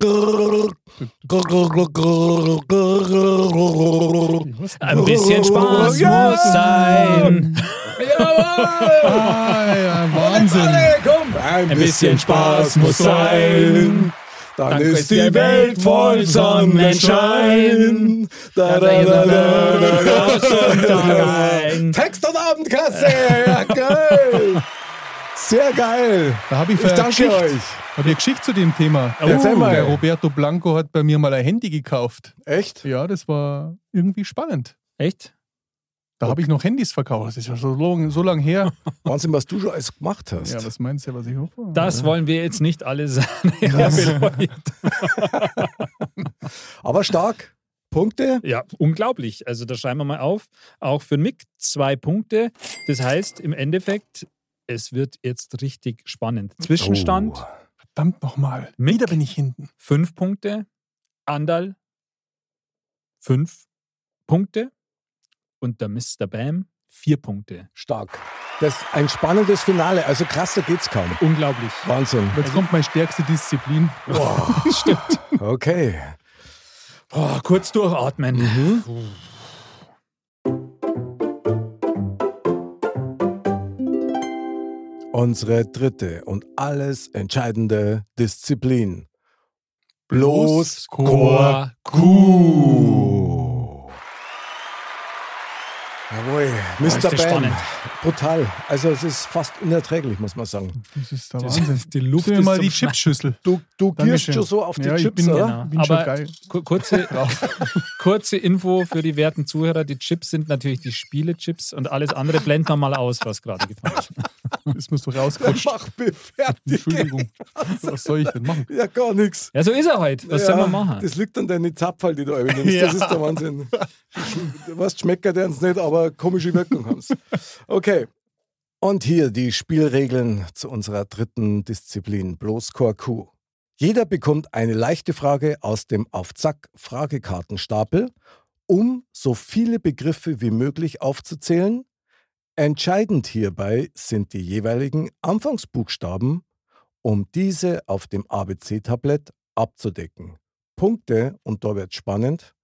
Speaker 1: Oh,
Speaker 2: Ein bisschen Spaß
Speaker 1: Ja!
Speaker 2: muss sein.
Speaker 1: Jawohl!
Speaker 3: Ah, ja, Wahnsinn.
Speaker 1: Alle, komm! Ein bisschen Spaß muss sein. Dann
Speaker 2: Dann
Speaker 1: ist
Speaker 2: ist
Speaker 1: die
Speaker 2: der
Speaker 1: Welt voll Sonnenschein. Da, da, da, da, da,
Speaker 2: Tag aus und Tag ein.
Speaker 1: Text und Abendkasse! Ja, geil! Sehr geil!
Speaker 3: Da habe ich,
Speaker 1: Ich danke
Speaker 3: Geschichte-
Speaker 1: euch!
Speaker 3: Hab ich Geschichte zu dem Thema. Oh,
Speaker 1: Erzähl mal.
Speaker 3: Der Roberto Blanco hat bei mir mal ein Handy gekauft.
Speaker 1: Echt?
Speaker 3: Ja, das war irgendwie spannend.
Speaker 2: Echt?
Speaker 3: Da habe ich noch Handys verkauft. Das ist ja so lang, so lang her.
Speaker 1: Wahnsinn, was du schon alles gemacht hast.
Speaker 3: Ja, was meinst du, was ich hoffe?
Speaker 2: Das wollen wir jetzt nicht alle sagen. Herr Beloit.
Speaker 1: Aber stark. Punkte.
Speaker 2: Ja, unglaublich. Also da schreiben wir mal auf. Auch für Mick zwei Punkte. Das heißt im Endeffekt, es wird jetzt richtig spannend. Zwischenstand
Speaker 1: Oh.
Speaker 3: Verdammt nochmal.
Speaker 2: Mick.
Speaker 3: Wieder bin ich hinten.
Speaker 2: fünf Punkte, Andal fünf Punkte und der Mr. Bam vier Punkte.
Speaker 1: Stark. Das ist ein spannendes Finale. Also krasser geht's kaum.
Speaker 2: Unglaublich. Also
Speaker 1: Wahnsinn.
Speaker 3: Jetzt kommt meine stärkste Disziplin.
Speaker 1: Okay.
Speaker 2: Oh, kurz durchatmen.
Speaker 3: Mhm.
Speaker 2: Oh,
Speaker 1: Unsere dritte und alles entscheidende Disziplin. Bloß
Speaker 3: Bloß
Speaker 1: Chor Q. Jawohl,
Speaker 2: ist
Speaker 1: Mr.
Speaker 2: das
Speaker 1: Bam.
Speaker 2: spannend.
Speaker 1: Brutal. Also es ist fast unerträglich, muss man sagen.
Speaker 3: Das ist der
Speaker 2: Das-
Speaker 3: Wahnsinn.
Speaker 2: die Luft
Speaker 3: Sehen wir
Speaker 2: ist
Speaker 3: mal
Speaker 2: zum
Speaker 3: die
Speaker 2: Schneiden.
Speaker 3: Chipschüssel.
Speaker 1: Du, du gierst
Speaker 3: Dankeschön.
Speaker 1: schon so auf die
Speaker 3: Ja, ich
Speaker 1: Chips,
Speaker 3: bin
Speaker 1: oder?
Speaker 3: genau. Bin schon
Speaker 2: Aber
Speaker 3: geil.
Speaker 2: ku- kurze, kurze Info für die werten Zuhörer: Die Chips sind natürlich die Spielechips und alles andere blenden wir mal aus, was gerade gefallen ist.
Speaker 3: Das musst du rausquatschen.
Speaker 1: Mach mich fertig.
Speaker 3: Entschuldigung. Was soll ich denn machen?
Speaker 1: Ja, gar nichts.
Speaker 2: Ja, so ist er heute. Was soll
Speaker 1: ja,
Speaker 2: man machen?
Speaker 1: Das liegt an deinen Zapfel, die du nimmst. Das ist der Wahnsinn. Was schmeckt der uns nicht, aber komische Wirkung haben Okay. Und hier die Spielregeln zu unserer dritten Disziplin, bloß Q. Jeder bekommt eine leichte Frage aus dem auf Zack Fragekartenstapel, um so viele Begriffe wie möglich aufzuzählen. Entscheidend hierbei sind die jeweiligen Anfangsbuchstaben, um diese auf dem ABC-Tablett abzudecken. Punkte, und da wird spannend,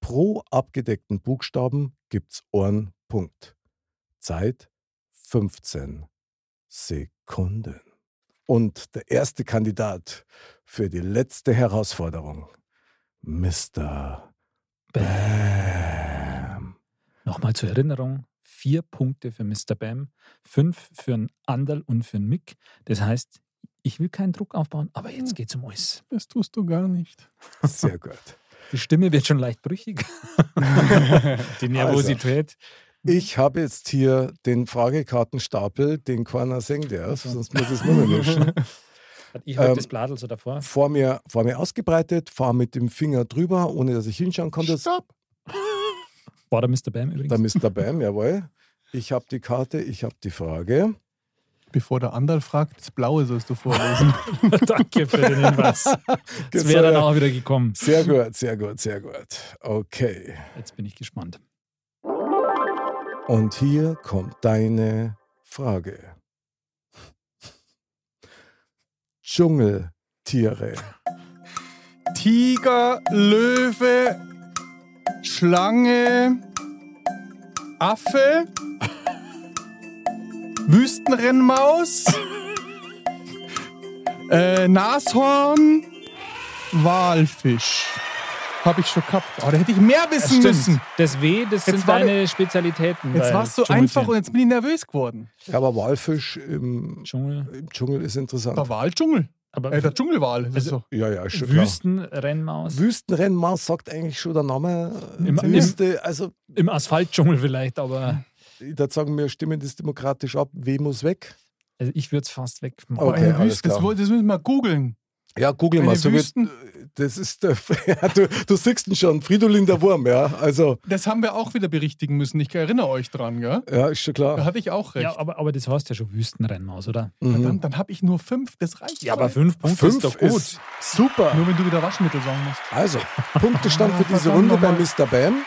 Speaker 1: pro abgedeckten Buchstaben gibt's einen Punkt. Zeit 15 Sekunden. Und der erste Kandidat für die letzte Herausforderung, Mr. Bam.
Speaker 2: Nochmal zur Erinnerung: vier Punkte für Mr. Bam, fünf für einen Andal und für einen Mick. Das heißt, ich will keinen Druck aufbauen, aber jetzt geht's um alles.
Speaker 3: Das tust du gar nicht.
Speaker 1: Sehr gut.
Speaker 2: Die Stimme wird schon leicht brüchig. die Nervosität.
Speaker 1: Ich habe jetzt hier den Fragekartenstapel, den keiner singen darf, sonst muss ich es nur mehr
Speaker 2: Also.
Speaker 1: mischen.
Speaker 2: Hat ich heute
Speaker 1: Ähm,
Speaker 2: das Bladel so davor?
Speaker 1: vor mir, vor mir ausgebreitet, fahre mit dem Finger drüber, ohne dass ich hinschauen konnte. Stopp.
Speaker 2: War der Mr. Bam übrigens?
Speaker 1: Da Mr. Bam, jawohl. Ich habe die Karte, ich habe die Frage.
Speaker 3: Bevor der Andal fragt, das Blaue sollst du vorlesen.
Speaker 2: Danke für den Hinweis. Das
Speaker 1: Jetzt
Speaker 2: wäre
Speaker 1: soll
Speaker 2: dann
Speaker 1: er-
Speaker 2: auch wieder gekommen.
Speaker 1: Sehr gut, sehr gut, sehr gut. Okay.
Speaker 2: Jetzt bin ich gespannt.
Speaker 1: Und hier kommt deine Frage. Dschungeltiere.
Speaker 3: Tiger, Löwe, Schlange, Affe, Wüstenrennmaus, äh, Nashorn, Walfisch. Habe ich schon gehabt. Oh, da hätte ich mehr wissen müssen.
Speaker 2: Das W, das sind
Speaker 3: war
Speaker 2: deine Spezialitäten.
Speaker 3: Jetzt
Speaker 2: bei
Speaker 3: war es so
Speaker 2: Dschungeltieren.
Speaker 3: einfach und jetzt bin ich nervös geworden.
Speaker 1: Ja, aber Walfisch im,
Speaker 2: Dschungel.
Speaker 1: im Dschungel ist
Speaker 3: Der
Speaker 1: interessant.
Speaker 3: Waldschungel.
Speaker 2: Aber
Speaker 3: Äh, der Dschungelwal. Das ist
Speaker 2: Also-
Speaker 3: doch-
Speaker 1: Ja, ja, schon klar.
Speaker 2: Wüstenrennmaus.
Speaker 1: Wüstenrennmaus sagt eigentlich schon der Name.
Speaker 2: Im- im-
Speaker 1: Wüste, also
Speaker 2: Im Asphaltdschungel vielleicht, aber
Speaker 1: da sagen wir, stimmen das demokratisch ab, weh muss weg.
Speaker 2: also ich würde es fast wegmachen.
Speaker 3: Aber
Speaker 1: Okay,
Speaker 3: eine
Speaker 1: alles
Speaker 3: Wüste, das,
Speaker 1: klar.
Speaker 3: woll- das müssen wir googeln.
Speaker 1: Ja, google
Speaker 3: Eine
Speaker 1: mal. So wird,
Speaker 3: Wüsten-
Speaker 1: das ist der, ja, du, du siehst ihn schon, Fridolin der Wurm, ja. Also,
Speaker 3: Das haben wir auch wieder berichtigen müssen. Ich erinnere euch dran, gell?
Speaker 1: ja, ist schon
Speaker 3: Da
Speaker 1: klar. Mhm.
Speaker 3: hatte ich auch recht.
Speaker 2: Ja, aber, aber das heißt ja schon Wüstenrennmaus, oder?
Speaker 3: Verdammt, dann habe ich nur fünf. Das reicht. schon.
Speaker 2: fünf Punkte
Speaker 1: Fünf ist super.
Speaker 3: Nur wenn du wieder Waschmittel sagen musst.
Speaker 1: Also, Punktestand für diese
Speaker 3: Verdammt
Speaker 1: Runde bei
Speaker 3: nochmal.
Speaker 1: Mr. Bam.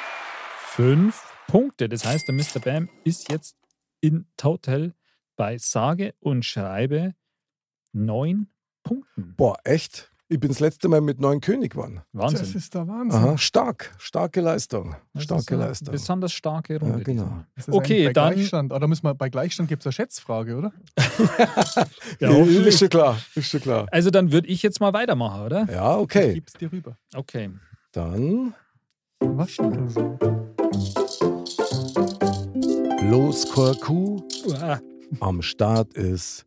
Speaker 2: Fünf Punkte. Das heißt, der Mr. Bam ist jetzt in total bei sage und schreibe neun Punkten.
Speaker 1: Boah, echt? Ich bin das letzte Mal mit neun König geworden.
Speaker 3: Das
Speaker 2: Wahnsinn.
Speaker 3: ist der Wahnsinn.
Speaker 1: Aha, stark. Starke Leistung.
Speaker 2: Das ist
Speaker 1: Starke
Speaker 2: eine
Speaker 1: Leistung.
Speaker 2: Besonders starke Runde.
Speaker 1: Ja, genau.
Speaker 2: diesmal.
Speaker 3: Ist das eigentlich
Speaker 2: Okay,
Speaker 3: bei
Speaker 2: dann.
Speaker 3: Gleichstand. Oder müssen wir, bei Gleichstand gibt es eine Schätzfrage, oder?
Speaker 2: Ja,
Speaker 1: ist
Speaker 2: hoffentlich.
Speaker 1: schon klar. Ist schon klar.
Speaker 2: also dann würde ich jetzt mal weitermachen, oder?
Speaker 1: Ja,
Speaker 3: Ich
Speaker 1: okay.
Speaker 3: gebe es dir rüber.
Speaker 2: Okay.
Speaker 1: Dann
Speaker 3: Waschmittel sagen.
Speaker 1: Los, Korku.
Speaker 2: Uah.
Speaker 1: Am Start ist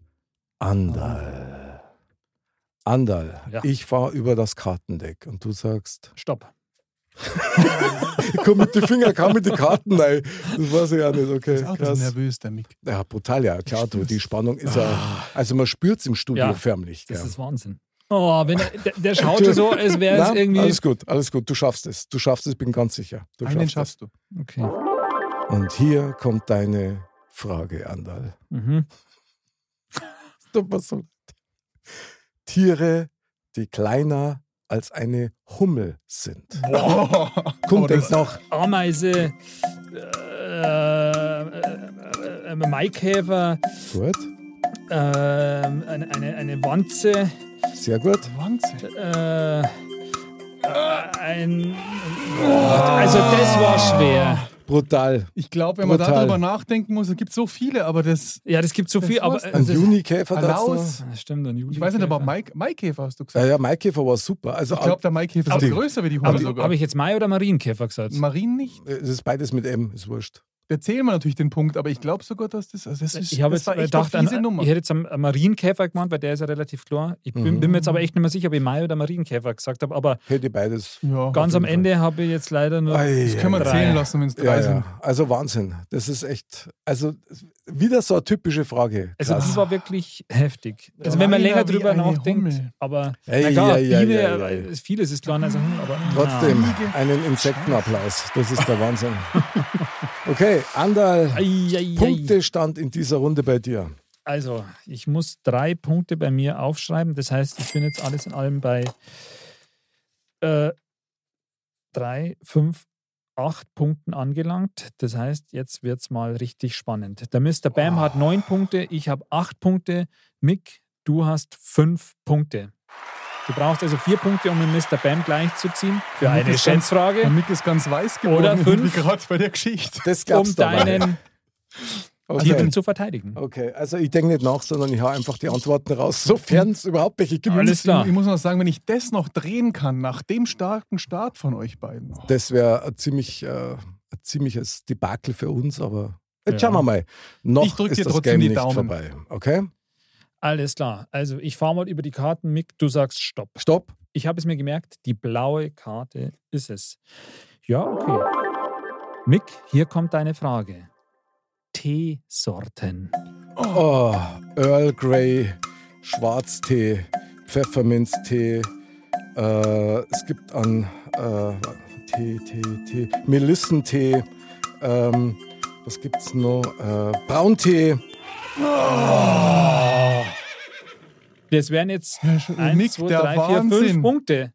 Speaker 1: Andal. Andal,
Speaker 2: Ja.
Speaker 1: ich fahre über das Kartendeck und du sagst,
Speaker 2: Stopp.
Speaker 1: ich komm mit den Finger, kam mit den Karten rein. Das weiß ich ja nicht, okay.
Speaker 3: Ist auch ein bisschen
Speaker 1: Krass.
Speaker 3: nervös, der Mick.
Speaker 1: Ja, brutal, ja, klar, du, die Spannung ist ja. Also, man spürt es im Studio
Speaker 2: Ja,
Speaker 1: förmlich.
Speaker 2: Das
Speaker 1: Gell.
Speaker 2: ist Wahnsinn. Oh, wenn er, der, der schaut schon so, als wäre es
Speaker 1: Na,
Speaker 2: irgendwie.
Speaker 1: Alles gut, alles gut, du schaffst es. Du schaffst es, bin ganz sicher. Du
Speaker 3: Einen
Speaker 1: schaffst es.
Speaker 3: schaffst du.
Speaker 2: Okay.
Speaker 1: Und hier kommt deine Frage, Andal.
Speaker 2: Mhm.
Speaker 1: Tut mir so leid. Tiere, die kleiner als eine Hummel sind. Kommt
Speaker 3: das-
Speaker 1: jetzt noch.
Speaker 2: Ameise, äh, äh, äh, Maikäfer,
Speaker 1: Gut,
Speaker 2: äh, eine, eine, eine Wanze,
Speaker 1: sehr gut.
Speaker 3: Wahnsinn.
Speaker 2: äh, äh, ein. Also, das war schwer.
Speaker 1: Brutal.
Speaker 3: Ich glaube, wenn man
Speaker 1: Brutal.
Speaker 3: darüber nachdenken muss, es gibt so viele, aber das.
Speaker 2: Ja, das gibt so
Speaker 3: Das
Speaker 2: viel, aber.
Speaker 3: war's.
Speaker 2: äh,
Speaker 1: Ein
Speaker 2: Das,
Speaker 1: Junikäfer
Speaker 3: Alaus.
Speaker 1: dazu.
Speaker 2: das stimmt, ein Juli.
Speaker 3: Ich weiß nicht, aber Mike, Maikäfer hast du
Speaker 1: Ja,
Speaker 3: gesagt.
Speaker 1: ja, Maikäfer war super. Also,
Speaker 3: Ich glaube, der Maikäfer ist
Speaker 1: Aber-
Speaker 3: aber größer wie die Hunde sogar.
Speaker 2: Habe ich jetzt Mai oder Marienkäfer gesagt?
Speaker 3: Marien nicht.
Speaker 1: äh, es ist beides mit M, ist wurscht.
Speaker 3: Da zählen wir natürlich den Punkt, aber ich glaube sogar, dass das. Also das ist,
Speaker 2: Ich habe
Speaker 3: das
Speaker 2: jetzt
Speaker 3: war echt
Speaker 2: gedacht,
Speaker 3: eine fiese
Speaker 2: an,
Speaker 3: Nummer.
Speaker 2: ich hätte jetzt einen Marienkäfer gemeint, weil der ist ja relativ klar. Ich bin,
Speaker 1: Mhm.
Speaker 2: bin mir jetzt aber echt nicht mehr sicher, ob ich Mai oder Marienkäfer gesagt habe. Aber
Speaker 1: Hätte beides.
Speaker 3: ja,
Speaker 2: ganz am
Speaker 1: jeden
Speaker 2: Ende habe ich jetzt leider nur.
Speaker 1: Ei,
Speaker 3: das können wir
Speaker 1: ei,
Speaker 2: drei.
Speaker 3: zählen lassen, wenn es drei
Speaker 1: Ja,
Speaker 3: sind.
Speaker 1: ja. Also Wahnsinn. Das ist echt, also wieder so eine typische Frage.
Speaker 2: Also
Speaker 1: Krass.
Speaker 2: die war wirklich heftig. Also
Speaker 3: Ja,
Speaker 2: wenn man
Speaker 3: einer
Speaker 2: länger
Speaker 3: wie
Speaker 2: drüber
Speaker 3: eine
Speaker 2: nachdenkt,
Speaker 3: Hummel.
Speaker 2: aber
Speaker 1: Ei,
Speaker 2: na klar,
Speaker 1: ei, ei,
Speaker 2: Biene,
Speaker 1: ei, ei, ei.
Speaker 2: äh, vieles ist kleiner als ein Hummel, aber
Speaker 1: Trotzdem einen Insektenapplaus. Das ist der Wahnsinn. Okay, Andal,
Speaker 2: Ah. Ei, ei, ei.
Speaker 1: Punktestand in dieser Runde bei dir.
Speaker 2: Also ich muss drei Punkte bei mir aufschreiben. Das heißt, ich bin jetzt alles in allem bei äh, drei, fünf, acht Punkten angelangt. Das heißt, jetzt wird's mal richtig spannend. Der Mr. Bam hat neun Punkte, ich habe acht Punkte. Mick, du hast fünf Punkte. Du brauchst also vier Punkte, um den Mr. Bam gleichzuziehen. Für
Speaker 3: Damit
Speaker 2: eine
Speaker 3: ist ganz- Der
Speaker 2: Schätzfrage.
Speaker 3: Mick ist ganz weiß geworden,
Speaker 2: Oder
Speaker 3: wie
Speaker 2: fünf.
Speaker 3: gerade bei der Geschichte.
Speaker 1: Das gab's
Speaker 2: Um
Speaker 1: dabei.
Speaker 2: deinen
Speaker 1: okay.
Speaker 2: Titel zu verteidigen.
Speaker 1: okay, also ich denke nicht nach, sondern ich hau einfach die Antworten raus, sofern es überhaupt welche gibt.
Speaker 2: Alles
Speaker 3: Ich-
Speaker 2: klar.
Speaker 3: Ich muss noch sagen, wenn ich das noch drehen kann, nach dem starken Start von euch beiden.
Speaker 1: Das wäre ein, ziemlich, äh, ein ziemliches Debakel für uns, aber jetzt
Speaker 2: Ja.
Speaker 1: schauen wir mal. Noch
Speaker 3: Ich drück
Speaker 1: ist
Speaker 3: dir
Speaker 1: das
Speaker 3: trotzdem
Speaker 1: Game
Speaker 3: die
Speaker 1: nicht
Speaker 3: Daumen.
Speaker 1: vorbei. Okay,
Speaker 2: Alles klar. Also ich fahre mal über die Karten, Mick, du sagst Stopp.
Speaker 1: stopp.
Speaker 2: Ich habe es mir gemerkt, die blaue Karte ist es. Ja, okay. Mick, hier kommt deine Frage. Teesorten.
Speaker 1: Oh, Earl Grey, Schwarztee, Pfefferminztee. Äh, es gibt an äh, Tee, Tee, Tee, Melissentee. Ähm, was gibt's noch? Äh, Brauntee.
Speaker 2: Das wären jetzt
Speaker 3: Ja, schon-
Speaker 2: 1,
Speaker 3: Mick,
Speaker 2: 2,
Speaker 3: der
Speaker 2: 3, 4, 5
Speaker 3: Wahnsinn.
Speaker 2: Punkte.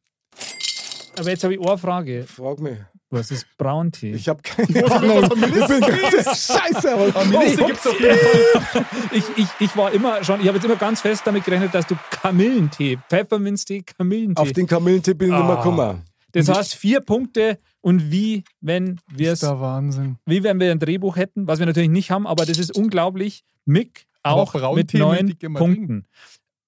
Speaker 2: Aber jetzt habe ich eine Frage.
Speaker 1: Frag mich.
Speaker 2: Was ist Brauntee?
Speaker 1: Ich habe keine Ahnung. Ich bin ganz scheiße. Aber
Speaker 3: Melisse gibt's auf jeden Fall.
Speaker 2: Oh, ich, ich, ich war immer schon, ich habe jetzt immer ganz fest damit gerechnet, dass du Kamillentee, Pfefferminztee, Kamillentee.
Speaker 1: auf den Kamillentee bin ich nicht mehr
Speaker 2: Ah.
Speaker 1: gekommen.
Speaker 2: das heißt vier Punkte und wie, wenn wir
Speaker 3: Das ist
Speaker 2: es
Speaker 3: der Wahnsinn.
Speaker 2: wie wenn wir ein Drehbuch hätten, was wir natürlich nicht haben, aber das ist unglaublich. Mick
Speaker 3: Aber
Speaker 2: auch
Speaker 3: Brauntee
Speaker 2: mit
Speaker 3: möchte
Speaker 2: neun
Speaker 3: ich gerne mal Ah.
Speaker 2: Punkten.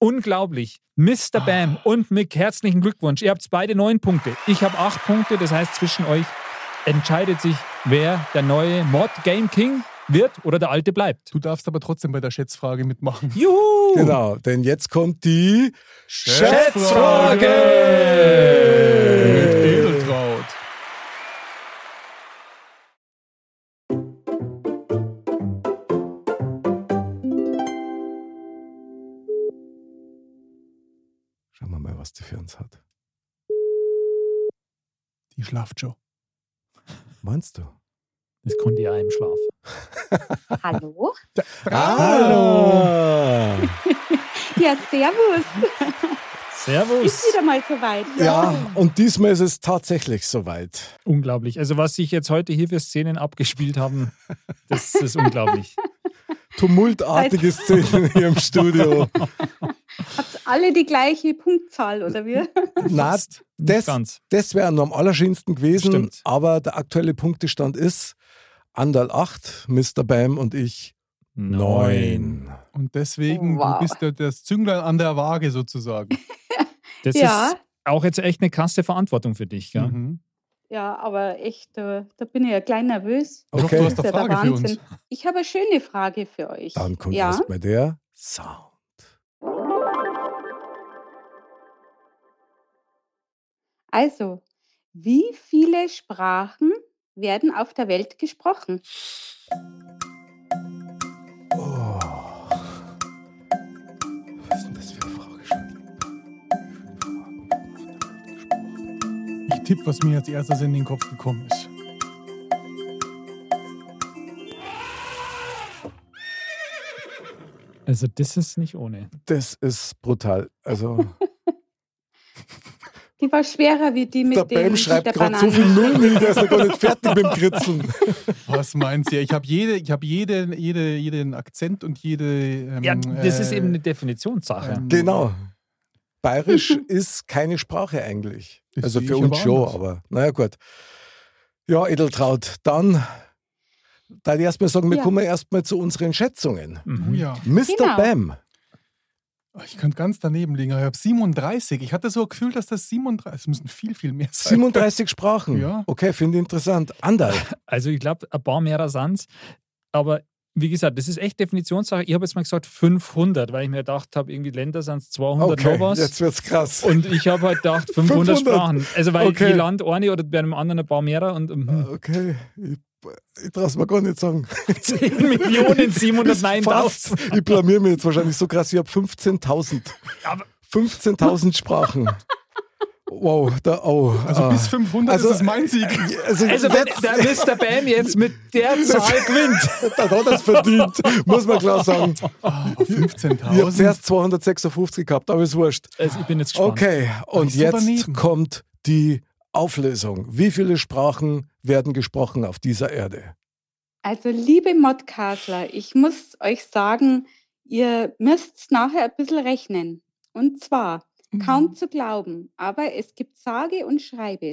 Speaker 2: Unglaublich. Mr. Bam und Mick, herzlichen Glückwunsch. Ihr habt beide neun Punkte. Ich habe acht Punkte. Das heißt, zwischen euch entscheidet sich, wer der neue Mod Game King wird oder der alte bleibt.
Speaker 3: Du darfst aber trotzdem bei der Schätzfrage mitmachen.
Speaker 2: Juhu!
Speaker 1: Genau, denn jetzt kommt die
Speaker 3: Mit
Speaker 1: Schätzfrage.
Speaker 3: Edeltraut.
Speaker 1: Schauen wir mal, was die für uns hat.
Speaker 3: Die schlaft schon.
Speaker 1: Meinst du?
Speaker 2: Das konnte ihr im Schlaf.
Speaker 5: Hallo?
Speaker 1: Hallo.
Speaker 5: Ja, servus. Ist
Speaker 2: Servus.
Speaker 5: wieder mal soweit.
Speaker 1: Ja, und diesmal ist es tatsächlich soweit.
Speaker 2: Unglaublich. Also was sich jetzt heute hier für Szenen abgespielt haben, das ist unglaublich.
Speaker 1: Tumultartige Szenen hier im Studio.
Speaker 5: Habt alle die gleiche Punktzahl, oder wie?
Speaker 1: Na,
Speaker 2: Nicht
Speaker 1: das, das wäre am allerschönsten gewesen,
Speaker 2: Stimmt.
Speaker 1: aber der aktuelle Punktestand ist Andal 8, Mr. Bam und ich 9.
Speaker 3: Und deswegen,
Speaker 5: Wow.
Speaker 3: du bist ja das Zünglein an der Waage sozusagen.
Speaker 2: Das
Speaker 5: Ja.
Speaker 2: ist auch jetzt echt eine krasse Verantwortung für dich. Gell?
Speaker 3: Mhm.
Speaker 5: Ja, aber echt, da, da bin ich ja klein nervös.
Speaker 3: Ruf,
Speaker 1: Okay.
Speaker 3: du hast eine
Speaker 5: Das ist ja der
Speaker 3: Frage für uns.
Speaker 5: Wahnsinn. Ich habe eine schöne Frage für euch.
Speaker 1: Dann kommt
Speaker 5: ja?
Speaker 1: erst mal der Sound.
Speaker 5: Also, wie viele Sprachen werden auf der Welt gesprochen?
Speaker 1: Oh. Was ist denn das für eine Frage schon?
Speaker 3: Ich tippe, was mir als erstes in den Kopf gekommen ist.
Speaker 2: Also das ist nicht ohne.
Speaker 1: Das ist brutal. Also,
Speaker 5: Die war schwerer wie die mit
Speaker 1: der
Speaker 5: dem,
Speaker 1: Bam schreibt
Speaker 5: mit der
Speaker 1: gerade
Speaker 5: Banane.
Speaker 1: so viel Nullen hin, der ist noch gar nicht fertig mit dem Kritzen.
Speaker 3: Was meint ihr? Ich habe jede, ich hab jede, jede, jeden Akzent und jede. Ähm,
Speaker 2: Ja, das ist
Speaker 3: äh,
Speaker 2: eben eine Definitionssache.
Speaker 3: ähm,
Speaker 1: Genau.
Speaker 2: Mhm.
Speaker 1: Bayerisch ist keine Sprache eigentlich.
Speaker 3: Das
Speaker 1: also
Speaker 3: sehe
Speaker 1: für
Speaker 3: ich
Speaker 1: uns
Speaker 3: aber
Speaker 1: schon,
Speaker 3: anders.
Speaker 1: aber naja, gut. Ja, Edeltraut, dann da ich erstmal sagen, wir
Speaker 5: Ja.
Speaker 1: kommen erstmal zu unseren Schätzungen.
Speaker 3: Oh
Speaker 2: Mhm.
Speaker 3: ja. Ah,
Speaker 1: Mr.
Speaker 5: Genau.
Speaker 1: Bam,
Speaker 3: Ich könnte ganz daneben liegen. aber Ich habe 37. Ich hatte so ein Gefühl, dass das 37. Es müssen viel, viel mehr sein.
Speaker 1: 37 Sprachen.
Speaker 3: Ja.
Speaker 1: Okay, finde ich interessant. Andal,
Speaker 2: Also ich glaube, ein paar mehr Sans. Aber wie gesagt, das ist echt Definitionssache. Ich habe jetzt mal gesagt 500, weil ich mir gedacht habe, irgendwie Länder sind es 200
Speaker 1: okay,
Speaker 2: noch was.
Speaker 1: jetzt wird's krass.
Speaker 2: Und ich habe halt gedacht
Speaker 1: 500.
Speaker 2: 500, Sprachen. Also weil
Speaker 1: Okay.
Speaker 2: je Land eine oder bei einem anderen ein paar mehr und mhm.
Speaker 1: Okay, ich, ich traue es mir gar nicht sagen.
Speaker 2: 10 Millionen 709.000.
Speaker 1: Fast. Ich blamier mich jetzt wahrscheinlich so krass. Ich habe 15.000.
Speaker 2: Aber-
Speaker 1: 15.000 Sprachen. Wow, da, oh.
Speaker 3: Also
Speaker 1: ah.
Speaker 3: bis 500
Speaker 1: Also,
Speaker 3: ist es mein Sieg.
Speaker 1: Also,
Speaker 2: Also wenn
Speaker 1: jetzt,
Speaker 2: der Mr. Bam jetzt mit der Zahl gewinnt.
Speaker 1: dann hat er es verdient, muss man klar sagen.
Speaker 3: Ah,
Speaker 1: Ich habe
Speaker 3: 15.000.
Speaker 1: zuerst 256 gehabt, aber ist wurscht.
Speaker 2: Also ich bin jetzt gespannt.
Speaker 1: Okay, und
Speaker 3: Bist du
Speaker 1: jetzt
Speaker 3: daneben?
Speaker 1: kommt die Auflösung. Wie viele Sprachen werden gesprochen auf dieser Erde?
Speaker 5: Also, liebe Modcastler, ich muss euch sagen, ihr müsst nachher ein bisschen rechnen. Und zwar,
Speaker 3: Mhm.
Speaker 5: kaum zu glauben, aber es gibt sage und schreibe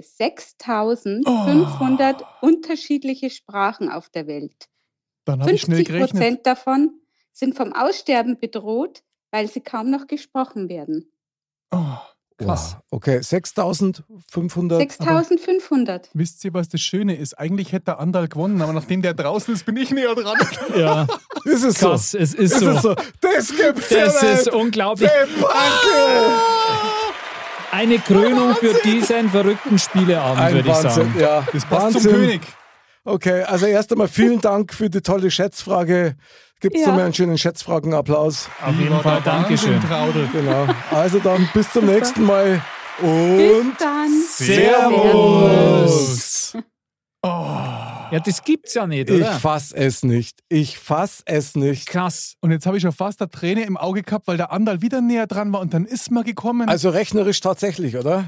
Speaker 5: 6500
Speaker 3: Oh.
Speaker 5: unterschiedliche Sprachen auf der Welt.
Speaker 3: Dann habe ich schnell
Speaker 5: 50
Speaker 3: gerechnet.
Speaker 5: Prozent davon sind vom Aussterben bedroht, weil sie kaum noch gesprochen werden.
Speaker 3: Oh, krass.
Speaker 1: Wow. Okay, 6500.
Speaker 5: 6500.
Speaker 3: Wisst ihr, was das Schöne ist? Eigentlich hätte der Andal gewonnen, aber nachdem der draußen ist, bin ich näher dran.
Speaker 2: Ja,
Speaker 1: Ist es so?
Speaker 2: krass, es ist
Speaker 1: Ist
Speaker 2: so.
Speaker 1: es so? Das gibt's
Speaker 2: Das
Speaker 1: ja
Speaker 2: ist
Speaker 1: nicht.
Speaker 2: unglaublich.
Speaker 1: Debakel!
Speaker 2: Eine Krönung für diesen verrückten Spieleabend,
Speaker 1: Ein
Speaker 2: würde ich
Speaker 1: Wahnsinn,
Speaker 2: sagen.
Speaker 1: ja.
Speaker 3: Das passt
Speaker 1: Wahnsinn.
Speaker 3: zum König.
Speaker 1: Okay, also erst einmal vielen Dank für die tolle Schätzfrage. Gibt's
Speaker 5: Ja.
Speaker 1: nochmal einen schönen Schätzfragenapplaus?
Speaker 2: Auf jeden Fall, Dankeschön.
Speaker 3: Traudel.
Speaker 1: Genau. Also dann bis zum nächsten Mal
Speaker 5: Bis
Speaker 1: und
Speaker 5: dann.
Speaker 1: Servus.
Speaker 2: Oh. Ja, das gibt's ja nicht,
Speaker 1: Ich
Speaker 2: oder?
Speaker 1: fass es nicht. Ich fass es nicht.
Speaker 2: Krass.
Speaker 3: Und jetzt habe ich schon fast eine Träne im Auge gehabt, weil der Andal wieder näher dran war und dann ist man gekommen.
Speaker 1: Also rechnerisch tatsächlich, oder?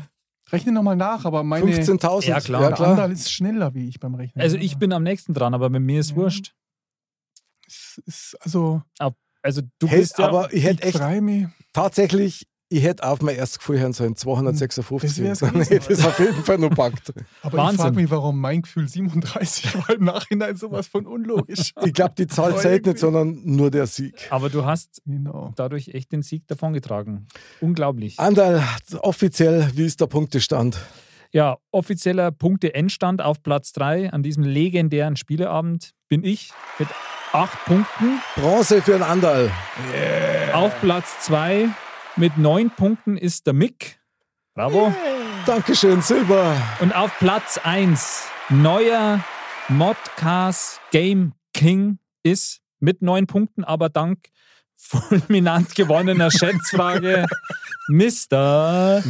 Speaker 3: Rechne nochmal nach, aber meine.
Speaker 1: 15.000.
Speaker 2: Ja, klar.
Speaker 1: Ja,
Speaker 3: Der
Speaker 1: klar.
Speaker 3: Andal ist schneller wie ich beim Rechnen.
Speaker 2: Also ich bin am nächsten dran, aber bei
Speaker 1: Mhm.
Speaker 2: mir ist wurscht.
Speaker 3: Es ist- Also,
Speaker 2: Also du
Speaker 1: Hey,
Speaker 2: bist ja,
Speaker 1: aber ich hätte
Speaker 3: ich
Speaker 1: echt
Speaker 3: freue mich.
Speaker 1: tatsächlich, ich hätte auf mein erstes Gefühl hören sollen,
Speaker 3: Das
Speaker 1: 256.
Speaker 3: wär's
Speaker 1: Dann
Speaker 3: gewesen.
Speaker 1: hätte ich es auf jeden Fall noch packt.
Speaker 3: Aber
Speaker 2: Wahnsinn.
Speaker 3: ich frage mich, warum mein Gefühl 37 war im Nachhinein sowas von unlogisch.
Speaker 1: Ich glaube, die Zahl zählt nicht, sondern nur der Sieg.
Speaker 2: aber du hast
Speaker 3: Genau.
Speaker 2: dadurch echt den Sieg davongetragen. Unglaublich.
Speaker 1: Andal, offiziell, wie ist der Punktestand?
Speaker 2: Ja, offizieller Punkte-Endstand auf Platz 3 an diesem legendären Spieleabend bin ich mit 8 Punkten.
Speaker 1: Bronze für den Andal. Äh.
Speaker 2: Auf Platz 2 mit 9 Punkten ist der Mick. Bravo.
Speaker 1: Dankeschön, Silber.
Speaker 2: Und auf Platz 1 neuer Modcast Game King ist mit 9 Punkten, aber dank fulminant gewonnener Schätzfrage Mr.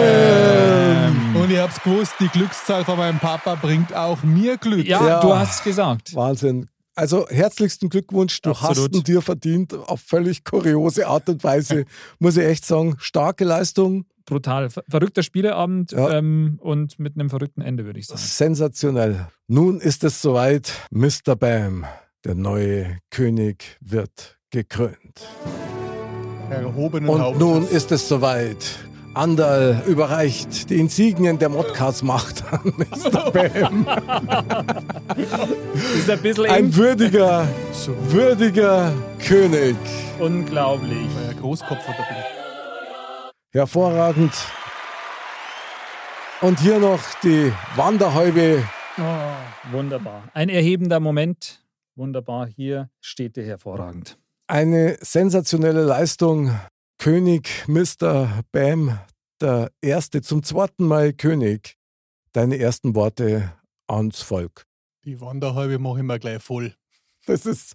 Speaker 2: Bam.
Speaker 3: Und ihr habt's gewusst, die Glückszahl von meinem Papa bringt auch mir Glück.
Speaker 2: Ja,
Speaker 1: Ja.
Speaker 2: du hast gesagt.
Speaker 1: Wahnsinn. Also herzlichsten Glückwunsch, du
Speaker 2: Absolut.
Speaker 1: hast ihn dir verdient, auf völlig kuriose Art und Weise, muss ich echt sagen. Starke Leistung,
Speaker 2: Brutal. Ver verrückter Spieleabend
Speaker 1: Ja.
Speaker 2: ähm, und mit einem verrückten Ende, würde ich sagen.
Speaker 1: sensationell. Nun ist es soweit, Mr. Bam, der neue König wird gekrönt.
Speaker 3: Erhobenen
Speaker 1: Und
Speaker 3: Hauptes.
Speaker 1: nun ist es soweit. Andal überreicht die Insignien der Modcast-Macht an Mr. Bam.
Speaker 2: Das ist ein bisschen
Speaker 1: Ein würdiger, würdiger König.
Speaker 2: unglaublich.
Speaker 3: der Großkopf oder
Speaker 1: Hervorragend. Und hier noch die Wanderhäube.
Speaker 2: Oh, Wunderbar. Ein erhebender Moment. Wunderbar. Hier steht er hervorragend.
Speaker 1: Eine sensationelle Leistung. König Mr. Bam, der erste, zum zweiten Mal König. Deine ersten Worte ans Volk.
Speaker 3: Die Wanderhalbe mache ich mir gleich voll.
Speaker 1: Das ist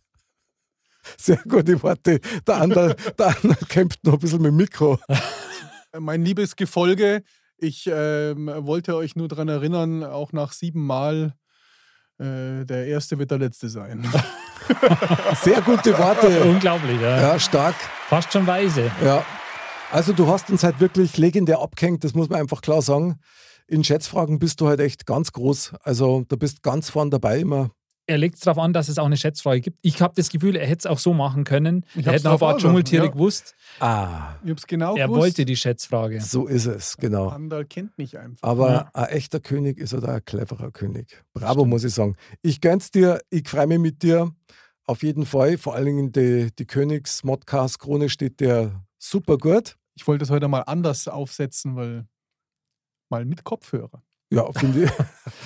Speaker 1: sehr gute Worte. Der andere, der andere kämpft noch ein bisschen mit dem Mikro.
Speaker 3: Mein liebes Gefolge, ich ähm, wollte euch nur daran erinnern, auch nach sieben Mal, äh, der Erste wird der Letzte sein.
Speaker 1: Sehr gute Worte.
Speaker 2: Unglaublich, ja.
Speaker 1: Ja, stark.
Speaker 2: Fast schon weise.
Speaker 1: Ja. Also du hast uns halt wirklich legendär abgehängt, das muss man einfach klar sagen. In Schätzfragen bist du halt echt ganz groß. Also du bist ganz vorn dabei immer.
Speaker 2: Er legt es darauf an, dass es auch eine Schätzfrage gibt. Ich habe das Gefühl, er hätte es auch so machen können.
Speaker 3: Ich
Speaker 2: er
Speaker 3: hab's
Speaker 2: hätte noch ein
Speaker 3: drauf
Speaker 2: paar
Speaker 3: an,
Speaker 2: Dschungeltiere
Speaker 3: ja.
Speaker 2: gewusst.
Speaker 1: Ah,
Speaker 3: Ich hab's genau
Speaker 2: Er
Speaker 3: gewusst.
Speaker 2: wollte die Schätzfrage.
Speaker 1: so ist es, genau.
Speaker 3: Andal kennt mich einfach.
Speaker 1: Aber
Speaker 2: Ja.
Speaker 1: ein echter König ist oder ein cleverer König. Bravo, muss ich sagen. Ich gönn's dir, ich freue mich mit dir. Auf jeden Fall, vor allen Dingen die, die Königs-Modcast-Krone steht dir super gut.
Speaker 3: Ich wollte es heute mal anders aufsetzen, weil mal mit Kopfhörer.
Speaker 1: Ja, finde ich.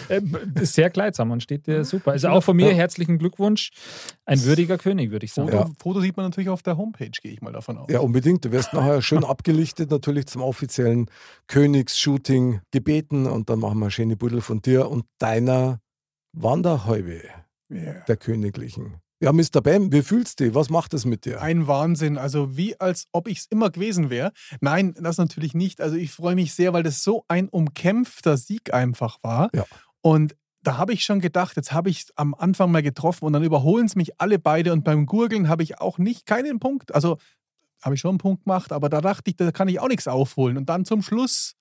Speaker 2: Äh, b- ist sehr kleidsam und steht dir super. Also auch von mir
Speaker 1: Ja.
Speaker 2: herzlichen Glückwunsch. Ein würdiger König, würde ich sagen.
Speaker 3: Foto, Foto sieht man natürlich auf der Homepage, gehe ich mal davon aus.
Speaker 2: um
Speaker 1: Ja, unbedingt. Du wirst nachher schön abgelichtet, natürlich zum offiziellen Königs-Shooting gebeten und dann machen wir eine schöne Buddel von dir und deiner Wanderhäube,
Speaker 3: Ja.
Speaker 1: der Königlichen. Ja, Mr. Bam, wie fühlst du dich? Was macht das mit dir?
Speaker 3: Ein Wahnsinn. Also wie als ob ich es immer gewesen wäre. Nein, das natürlich nicht. Also ich freue mich sehr, weil das so ein umkämpfter Sieg einfach war.
Speaker 1: Ja.
Speaker 3: Und da habe ich schon gedacht, jetzt habe ich am Anfang mal getroffen und dann überholen es mich alle beide und beim Gurgeln habe ich auch nicht keinen Punkt. Also habe ich schon einen Punkt gemacht, aber da dachte ich, da kann ich auch nichts aufholen. Und dann zum Schluss.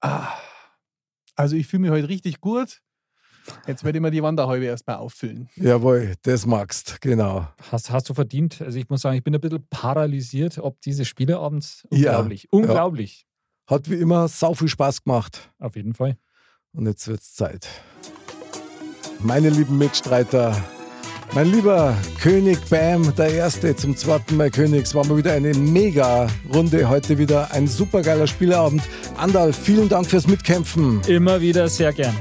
Speaker 3: Ah, also ich fühle mich heute richtig gut. Jetzt werde ich mir die Wanderhäube erstmal auffüllen.
Speaker 1: Jawohl, das magst, genau.
Speaker 2: Hast, hast du verdient. Also ich muss sagen, ich bin ein bisschen paralysiert, ob diese Spieleabends.
Speaker 1: Ja.
Speaker 2: Unglaublich. Unglaublich.
Speaker 1: Hat wie immer sau viel Spaß gemacht
Speaker 2: Auf jeden Fall.
Speaker 1: und jetzt wird's Zeit. Meine lieben Mitstreiter, mein lieber König Bam, der Erste zum zweiten Mal Königs, war mal wieder eine Mega-Runde, heute wieder ein supergeiler Spieleabend. Andal, vielen Dank fürs Mitkämpfen.
Speaker 2: Immer wieder sehr gerne.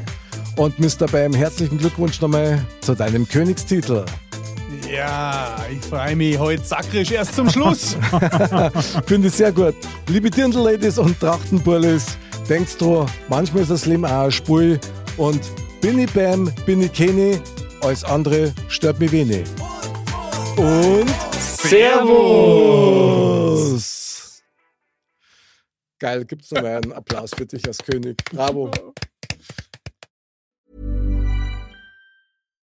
Speaker 1: Und Mr. Bam, herzlichen Glückwunsch nochmal zu deinem Königstitel.
Speaker 3: Ja, ich freue mich heute sakrisch erst zum Schluss.
Speaker 1: Finde ich sehr gut. Liebe Dirndl-Ladies und Trachtenburlis, denkst du, manchmal ist das Leben auch ein Spul. Und bin ich Bam, bin ich Kenny, alles andere stört mich wenig. Und Servus! Geil, gibt's noch mal einen Applaus für dich als König. Bravo.